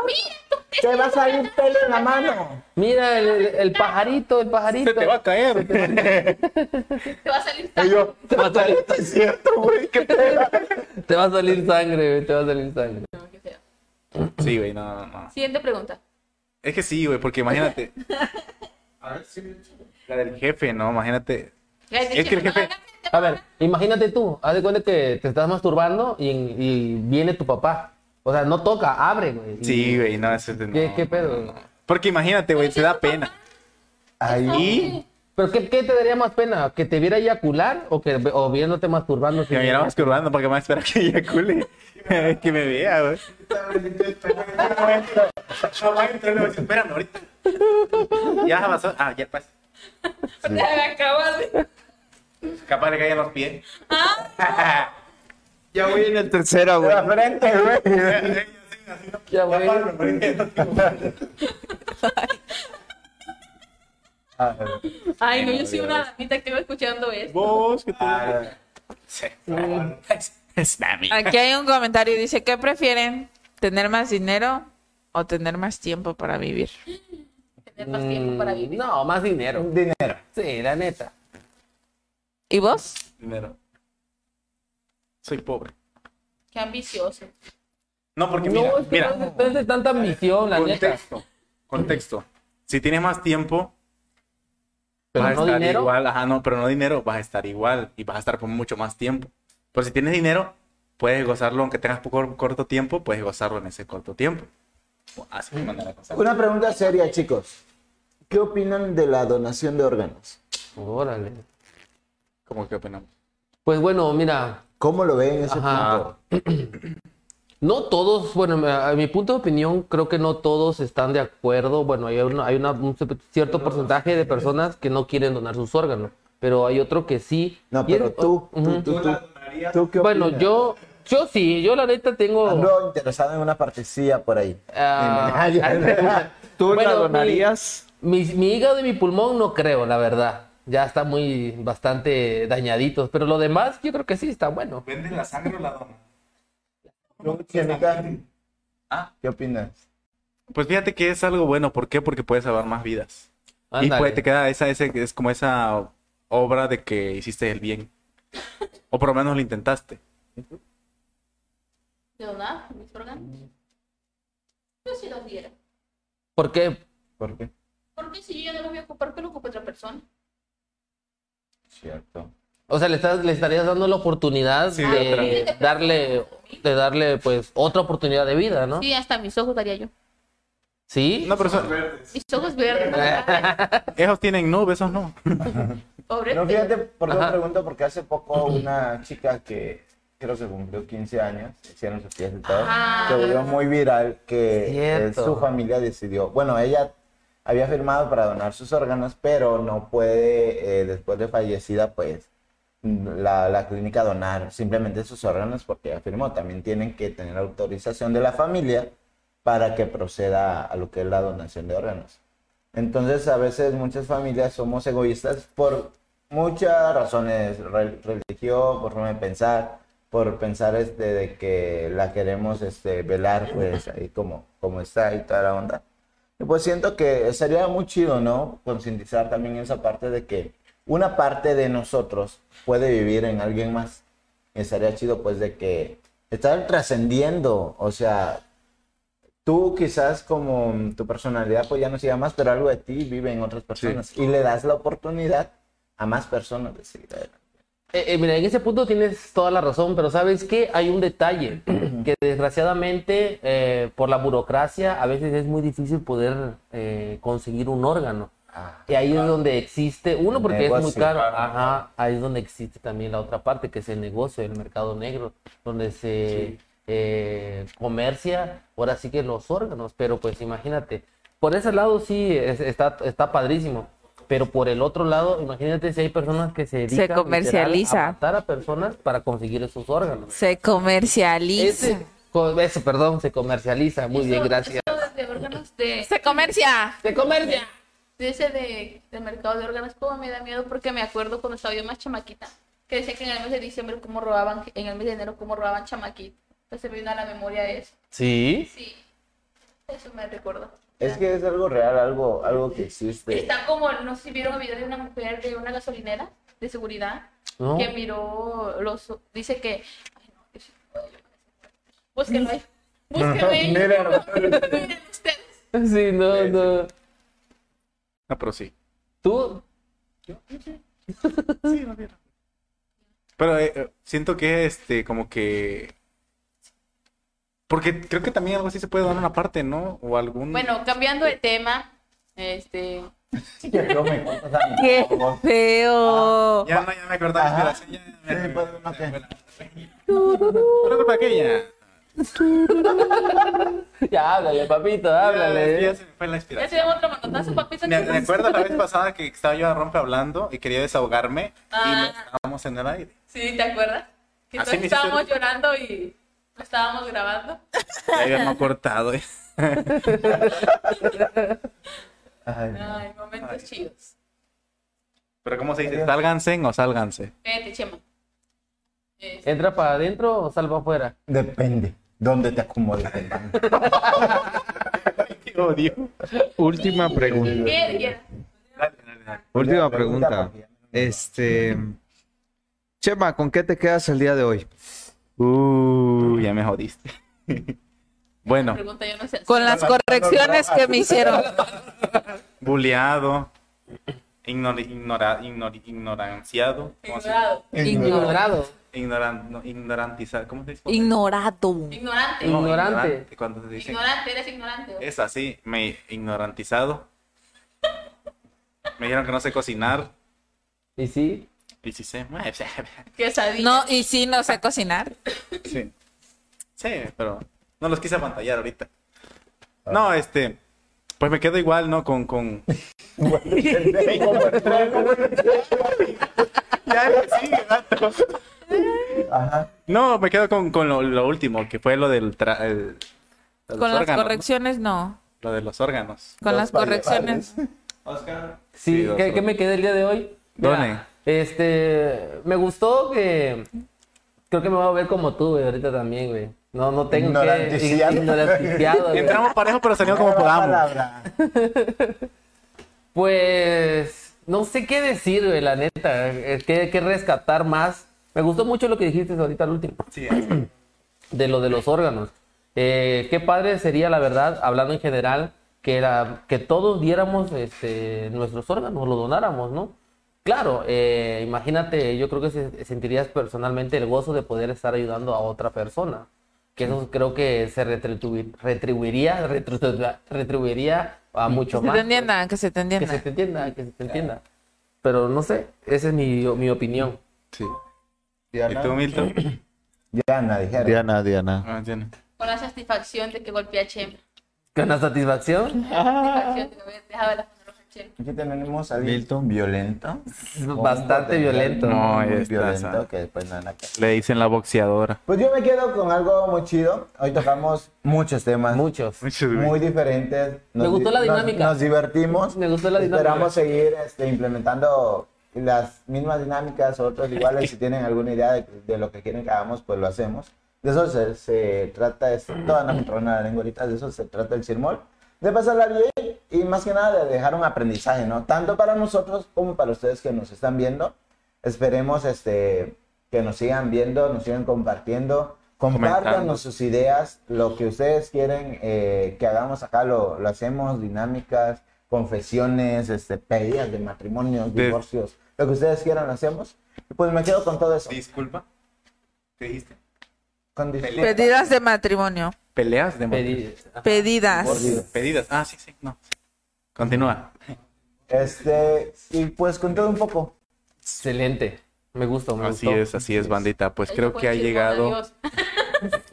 Speaker 2: tú, es
Speaker 5: Te va a salir pelo en la mano.
Speaker 4: Mira el, el- el pajarito, el pajarito.
Speaker 1: Se te va a caer.
Speaker 2: que te va a salir
Speaker 5: Y
Speaker 2: tan...
Speaker 5: yo,
Speaker 4: Te va a salir,
Speaker 5: es cierto, güey, qué pena.
Speaker 4: te va a salir sangre, güey, te va a salir sangre.
Speaker 2: No, qué feo.
Speaker 1: Sí, güey, no, no, no.
Speaker 2: Siguiente pregunta.
Speaker 1: Es que sí, güey, porque imagínate.
Speaker 3: A ver si.
Speaker 1: La del jefe, no, imagínate.
Speaker 2: Ya,
Speaker 1: Es que el jefe-
Speaker 4: A ver, imagínate tú, haz de cuenta que te estás masturbando y, y viene tu papá. O sea, no toca, abre, güey. Y-
Speaker 1: Sí, güey, no, eso es de- no,
Speaker 4: ¿Qué- qué pedo?
Speaker 1: no, no. Porque imagínate, güey, te da pena.
Speaker 5: Ahí.
Speaker 1: Y
Speaker 4: ¿Pero qué, qué te daría más pena? ¿Que te viera eyacular o que o viéndote masturbando?
Speaker 1: que me viera masturbando porque me espera que eyacule. que me vea, güey. No, güey, entonces le voy a decir, espérame ahorita. Ya pasó. Ah, ya pasó.
Speaker 2: La acabas de...
Speaker 1: Capaz le caigan los pies.
Speaker 6: Ya voy en el tercero, güey.
Speaker 5: La frente, güey.
Speaker 4: Ya, güey.
Speaker 2: Ay, no, yo soy una damita que va escuchando esto.
Speaker 1: Vos, que te. Es
Speaker 7: Aquí hay un comentario, dice, ¿qué prefieren? ¿Tener más dinero o tener más tiempo para vivir?
Speaker 2: Tener más tiempo
Speaker 5: Mm.
Speaker 2: para
Speaker 4: Mm,
Speaker 2: vivir.
Speaker 4: No, más dinero.
Speaker 5: Dinero.
Speaker 4: Sí, la neta.
Speaker 7: ¿Y vos?
Speaker 1: Dinero. Soy pobre.
Speaker 2: Qué ambicioso.
Speaker 1: No, porque
Speaker 4: no,
Speaker 1: mira,
Speaker 4: es que
Speaker 1: mira.
Speaker 4: no es de tanta ambición, la neta.
Speaker 1: Contexto. Contexto. Si tienes más tiempo,
Speaker 4: Pero
Speaker 1: vas a
Speaker 4: no
Speaker 1: estar
Speaker 4: dinero.
Speaker 1: igual, ajá, no, pero no dinero, vas a estar igual y vas a estar por mucho más tiempo. Pero si tienes dinero, puedes gozarlo, aunque tengas poco corto tiempo, puedes gozarlo en ese corto tiempo. Así me mandan la cosa.
Speaker 5: Una pregunta seria, chicos. ¿Qué opinan de la donación de órganos?
Speaker 4: Órale.
Speaker 1: Como que opinamos.
Speaker 4: Pues bueno, mira,
Speaker 5: ¿Cómo lo ven ese
Speaker 4: Ajá. no todos, bueno, a a mi punto de opinión, creo que no todos están de acuerdo. Bueno, hay, una- hay una- un ce- cierto porcentaje de personas que no quieren donar sus órganos, pero hay otro que sí.
Speaker 5: No,
Speaker 4: Y
Speaker 5: pero
Speaker 4: es- uh,
Speaker 5: tú,
Speaker 4: Ujú.
Speaker 5: tú, tú, tú, ¿tú qué
Speaker 4: Bueno,
Speaker 5: opinas? Ah,
Speaker 4: yo, yo sí, yo la neta tengo...
Speaker 5: Ando interesado en una partecilla por ahí.
Speaker 4: ah,
Speaker 6: ¿Tú
Speaker 4: Bueno,
Speaker 6: la
Speaker 4: mi-
Speaker 6: donarías?
Speaker 4: Mi, mi hígado y mi pulmón no creo, la verdad. Ya está muy bastante dañaditos, pero lo demás yo creo que sí está bueno.
Speaker 1: ¿Venden la sangre o la dona?
Speaker 5: Chemica,
Speaker 1: Ah.
Speaker 5: ¿Qué opinas?
Speaker 1: Pues fíjate que es algo bueno. ¿Por qué? Porque puedes salvar más vidas. Y
Speaker 4: Ándale.
Speaker 1: pues te queda esa, ese, es como esa obra de que hiciste el bien. O por lo menos lo intentaste.
Speaker 2: ¿De donar mis órganos? Yo sí los diera.
Speaker 4: ¿Por qué?
Speaker 5: ¿Por qué?
Speaker 2: Porque si yo ya no lo voy a ocupar, que lo ocupe otra persona.
Speaker 5: Cierto.
Speaker 4: O sea, le, estás, le estarías dando la oportunidad
Speaker 1: Sí,
Speaker 4: de
Speaker 2: otra.
Speaker 4: darle, de darle, pues, otra oportunidad de vida, ¿no?
Speaker 2: Sí, hasta mis ojos daría yo.
Speaker 4: Sí.
Speaker 1: No, pero eso-
Speaker 2: Mis ojos verdes.
Speaker 1: esos tienen nubes, esos no.
Speaker 2: Pobre.
Speaker 5: No, fíjate, por qué
Speaker 4: Ajá.
Speaker 5: pregunto, porque hace poco una chica que creo que cumplió 15 años, hicieron sus fiesta y todo,
Speaker 2: Ah.
Speaker 5: se volvió muy viral que eh,
Speaker 4: Cierto.
Speaker 5: su familia decidió, bueno, ella había firmado para donar sus órganos, pero no puede, eh, después de fallecida, pues, la, la clínica donar simplemente sus órganos porque ella firmó. También tienen que tener autorización de la familia para que proceda a lo que es la donación de órganos. Entonces, a veces muchas familias somos egoístas por muchas razones, re- religión, por forma de pensar, por pensar este, de que la queremos este, velar, pues ahí como, como está y toda la onda. Y pues siento que sería muy chido, ¿no? Concientizar también esa parte de que una parte de nosotros puede vivir en alguien más. Estaría chido, pues, de que estar trascendiendo, o sea, tú quizás como tu personalidad pues ya no siga más, pero algo de ti vive en otras personas y le das la oportunidad a más personas de seguir adelante.
Speaker 4: Eh, eh, mira, en ese punto tienes toda la razón, pero sabes que hay un detalle que desgraciadamente eh, por la burocracia a veces es muy difícil poder eh, conseguir un órgano.
Speaker 5: Ah,
Speaker 4: Y ahí es donde existe, uno porque es muy
Speaker 5: Negocio.
Speaker 4: caro, ajá, ahí es donde existe también la otra parte, que es el negocio, el mercado negro, donde se eh, comercia, ahora sí que los órganos, pero pues imagínate, por ese lado sí es- está, está padrísimo, pero por el otro lado, imagínate si hay personas que se dedican literal,
Speaker 7: comercializa.
Speaker 4: a matar a personas para conseguir esos órganos.
Speaker 7: Se comercializa.
Speaker 4: Ese- co- eso, perdón, se comercializa, muy bien,
Speaker 2: Eso-
Speaker 4: gracias.
Speaker 2: eso de órganos de,
Speaker 7: Se comercia.
Speaker 4: Se comercia.
Speaker 2: de ese de, del mercado de órganos, como me da miedo porque me acuerdo cuando estaba yo más chamaquita, que decía que en el mes de diciembre cómo robaban, en el mes de enero cómo robaban chamaquita. Entonces me vino a la memoria eso.
Speaker 4: Sí.
Speaker 2: Sí, eso me recuerdo.
Speaker 5: Es que eh, es algo real, algo, algo que existe.
Speaker 2: Está como, no sé si vieron el video de una mujer de una gasolinera de seguridad
Speaker 4: No.
Speaker 2: que miró los. Dice que. Ay, no, que sí. Búsquenlo ahí. Búsquenlo ahí. Miren ustedes.
Speaker 4: Sí, no, no.
Speaker 1: No, Ah, pero sí.
Speaker 4: Tú,
Speaker 1: Pero eh, eh, siento que, este, como que... Porque creo que también algo así se puede dar una parte, ¿no? O algún...
Speaker 2: Bueno, cambiando de tema, este.
Speaker 7: Qué feo.
Speaker 1: Ya, no, ya me acordaba.
Speaker 5: Ajá.
Speaker 1: espera, sí, ya, ya, ya,
Speaker 5: Sí, pues, no,
Speaker 1: ya,
Speaker 5: ¿qué?
Speaker 1: bueno. Una culpa aquella.
Speaker 4: Ya háblale, papito, háblale.
Speaker 1: Ya se me fue la inspiración.
Speaker 2: Ya se llama otro manotazo, papito.
Speaker 1: Me, me acuerdo la vez pasada que estaba yo a rompe hablando y quería desahogarme y
Speaker 2: Ah.
Speaker 1: nos estábamos en el aire.
Speaker 2: Sí, ¿te acuerdas? Que
Speaker 1: Así
Speaker 2: todos
Speaker 1: me
Speaker 2: estábamos
Speaker 1: hiciste-
Speaker 2: llorando y no estábamos grabando.
Speaker 1: Ya habíamos cortado. ¿eh?
Speaker 5: Ay, no.
Speaker 2: Ay, momentos chidos.
Speaker 1: Pero ¿cómo se dice? ¿Sálganse o sálganse?
Speaker 2: Fíjate, Chema.
Speaker 1: Eh,
Speaker 2: Este,
Speaker 4: ¿Entra para adentro o salva afuera?
Speaker 5: Depende. ¿Dónde te acomodes? hermano.
Speaker 1: Qué odio.
Speaker 6: Última pregunta.
Speaker 1: eh,
Speaker 2: ¿qué- qué-
Speaker 1: Dale, dale, dale.
Speaker 6: Última
Speaker 5: Pregunta,
Speaker 6: pregunta.
Speaker 5: porque ya no me
Speaker 6: Este. Chema, ¿con qué te quedas el día de hoy?
Speaker 1: Uh, ya me jodiste. bueno,
Speaker 2: Pregunta, yo no sé.
Speaker 7: Con las correcciones que me hicieron.
Speaker 1: buleado, ignor, ignora, ignor- ignoranciado, ¿cómo se dice?
Speaker 2: Ignorado.
Speaker 4: Ignorado.
Speaker 1: Ignoran- no, ignorantizar, ¿cómo se dice?
Speaker 7: Ignorado.
Speaker 2: Ignorante.
Speaker 1: No,
Speaker 4: Ignorante.
Speaker 1: Cuando se dice Eh.
Speaker 2: Ignorante, eres ignorante.
Speaker 1: Es así, me ignorantizado. Me dijeron que no sé cocinar.
Speaker 4: ¿Y sí?
Speaker 1: Y si sé.
Speaker 2: Quesadilla.
Speaker 7: No, y sí, no sé cocinar.
Speaker 1: Sí. Sí, pero no los quise apantallar ahorita. No, este. Pues me quedo igual, ¿no? Con. con... ya le sigue, vato.
Speaker 5: Ajá.
Speaker 1: No, me quedo con, con lo, lo último, que fue lo del. tra- el- lo de los
Speaker 7: Con las
Speaker 1: órganos, ¿no?
Speaker 7: correcciones no.
Speaker 1: Lo de los órganos.
Speaker 7: Con
Speaker 5: Dos
Speaker 7: las correcciones.
Speaker 4: Sí,
Speaker 1: Sí, dos,
Speaker 4: ¿qué,
Speaker 1: dos.
Speaker 4: qué me quedé el día de hoy?
Speaker 1: Done.
Speaker 4: Mira, Este, me gustó que... Creo que me voy a ver como tú, güey, ahorita también, güey. No, no tengo que...
Speaker 5: Ignoranticiado.
Speaker 4: Ignoranticiado, güey.
Speaker 1: Entramos parejos, pero salimos como
Speaker 5: Nueva
Speaker 1: podamos.
Speaker 5: palabra.
Speaker 4: Pues no sé qué decir, güey, la neta, eh, qué, qué rescatar más. Me gustó mucho lo que dijiste ahorita al último. De lo de los órganos. Eh, qué padre sería, la verdad, hablando en general, que, era, que todos diéramos este, nuestros órganos, los donáramos, ¿no? Claro, eh, imagínate, yo creo que se- sentirías personalmente el gozo de poder estar ayudando a otra persona. Que eso creo que se retribu- retribuiría, retru- retribuiría a mucho
Speaker 7: Que se
Speaker 4: más.
Speaker 7: te entiendan, que se te
Speaker 4: Que se
Speaker 7: entiendan.
Speaker 4: te entienda, que se te entienda. Pero no sé, esa es mi, mi opinión.
Speaker 1: Sí. ¿Y tú,
Speaker 5: Diana,
Speaker 1: Milton?
Speaker 5: Diana, dijeron.
Speaker 6: Diana, Diana.
Speaker 1: Ah, Diana.
Speaker 2: Con la satisfacción de que golpeé a Chema.
Speaker 4: Con la satisfacción,
Speaker 2: Satisfacción de que me dejaba las manos a Chema.
Speaker 5: Aquí tenemos a
Speaker 6: Milton.
Speaker 5: Milton violento.
Speaker 4: es bastante violento.
Speaker 1: No,
Speaker 5: muy
Speaker 1: está,
Speaker 5: violento
Speaker 1: está.
Speaker 5: que después no la-
Speaker 1: Le dicen la boxeadora.
Speaker 5: Pues yo me quedo con algo muy chido. Hoy tocamos muchos temas
Speaker 4: Muchos.
Speaker 5: muy diferentes.
Speaker 4: Me gustó la
Speaker 5: di-
Speaker 4: dinámica.
Speaker 5: Nos, nos divertimos.
Speaker 4: Me gustó la dinámica.
Speaker 5: Esperamos seguir este, implementando las mismas dinámicas, otros iguales. si tienen alguna idea de, de lo que quieren que hagamos, pues lo hacemos. De eso se, se trata, es, toda la patrona de la lengua ahorita, de eso se trata el Cirmol. De pasarla bien y más que nada de dejar un aprendizaje, ¿no? Tanto para nosotros como para ustedes que nos están viendo. Esperemos este, que nos sigan viendo, nos sigan compartiendo. Compártanos
Speaker 1: Comentando.
Speaker 5: sus ideas, lo que ustedes quieren eh, que hagamos acá lo, lo hacemos, dinámicas, confesiones, este, pedidas de matrimonios,
Speaker 1: De-
Speaker 5: divorcios, lo que ustedes quieran lo hacemos. Y pues me quedo con todo eso.
Speaker 1: Disculpa. ¿Qué dijiste?
Speaker 5: Con dis-
Speaker 1: Pelea.
Speaker 7: Pedidas de matrimonio.
Speaker 1: Peleas de
Speaker 4: Pedí-
Speaker 7: Pedidas.
Speaker 5: Mordido.
Speaker 1: Pedidas. Ah, sí, sí. No. Continúa.
Speaker 5: Este, y pues con todo un poco.
Speaker 4: Excelente. Me gustó, me
Speaker 1: Así
Speaker 4: gustó.
Speaker 1: es, así es, bandita. Pues
Speaker 2: Eso
Speaker 1: creo
Speaker 2: fue
Speaker 1: que ha
Speaker 2: chingón,
Speaker 1: llegado.
Speaker 2: adiós.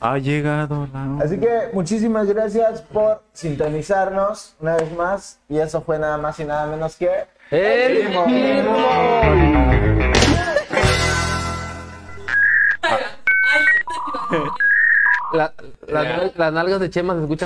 Speaker 1: Ha llegado la.
Speaker 5: Así que muchísimas gracias por sintonizarnos una vez más. Y eso fue nada más y nada menos que...
Speaker 4: El La- las nal- las nalgas de Chema se escuchan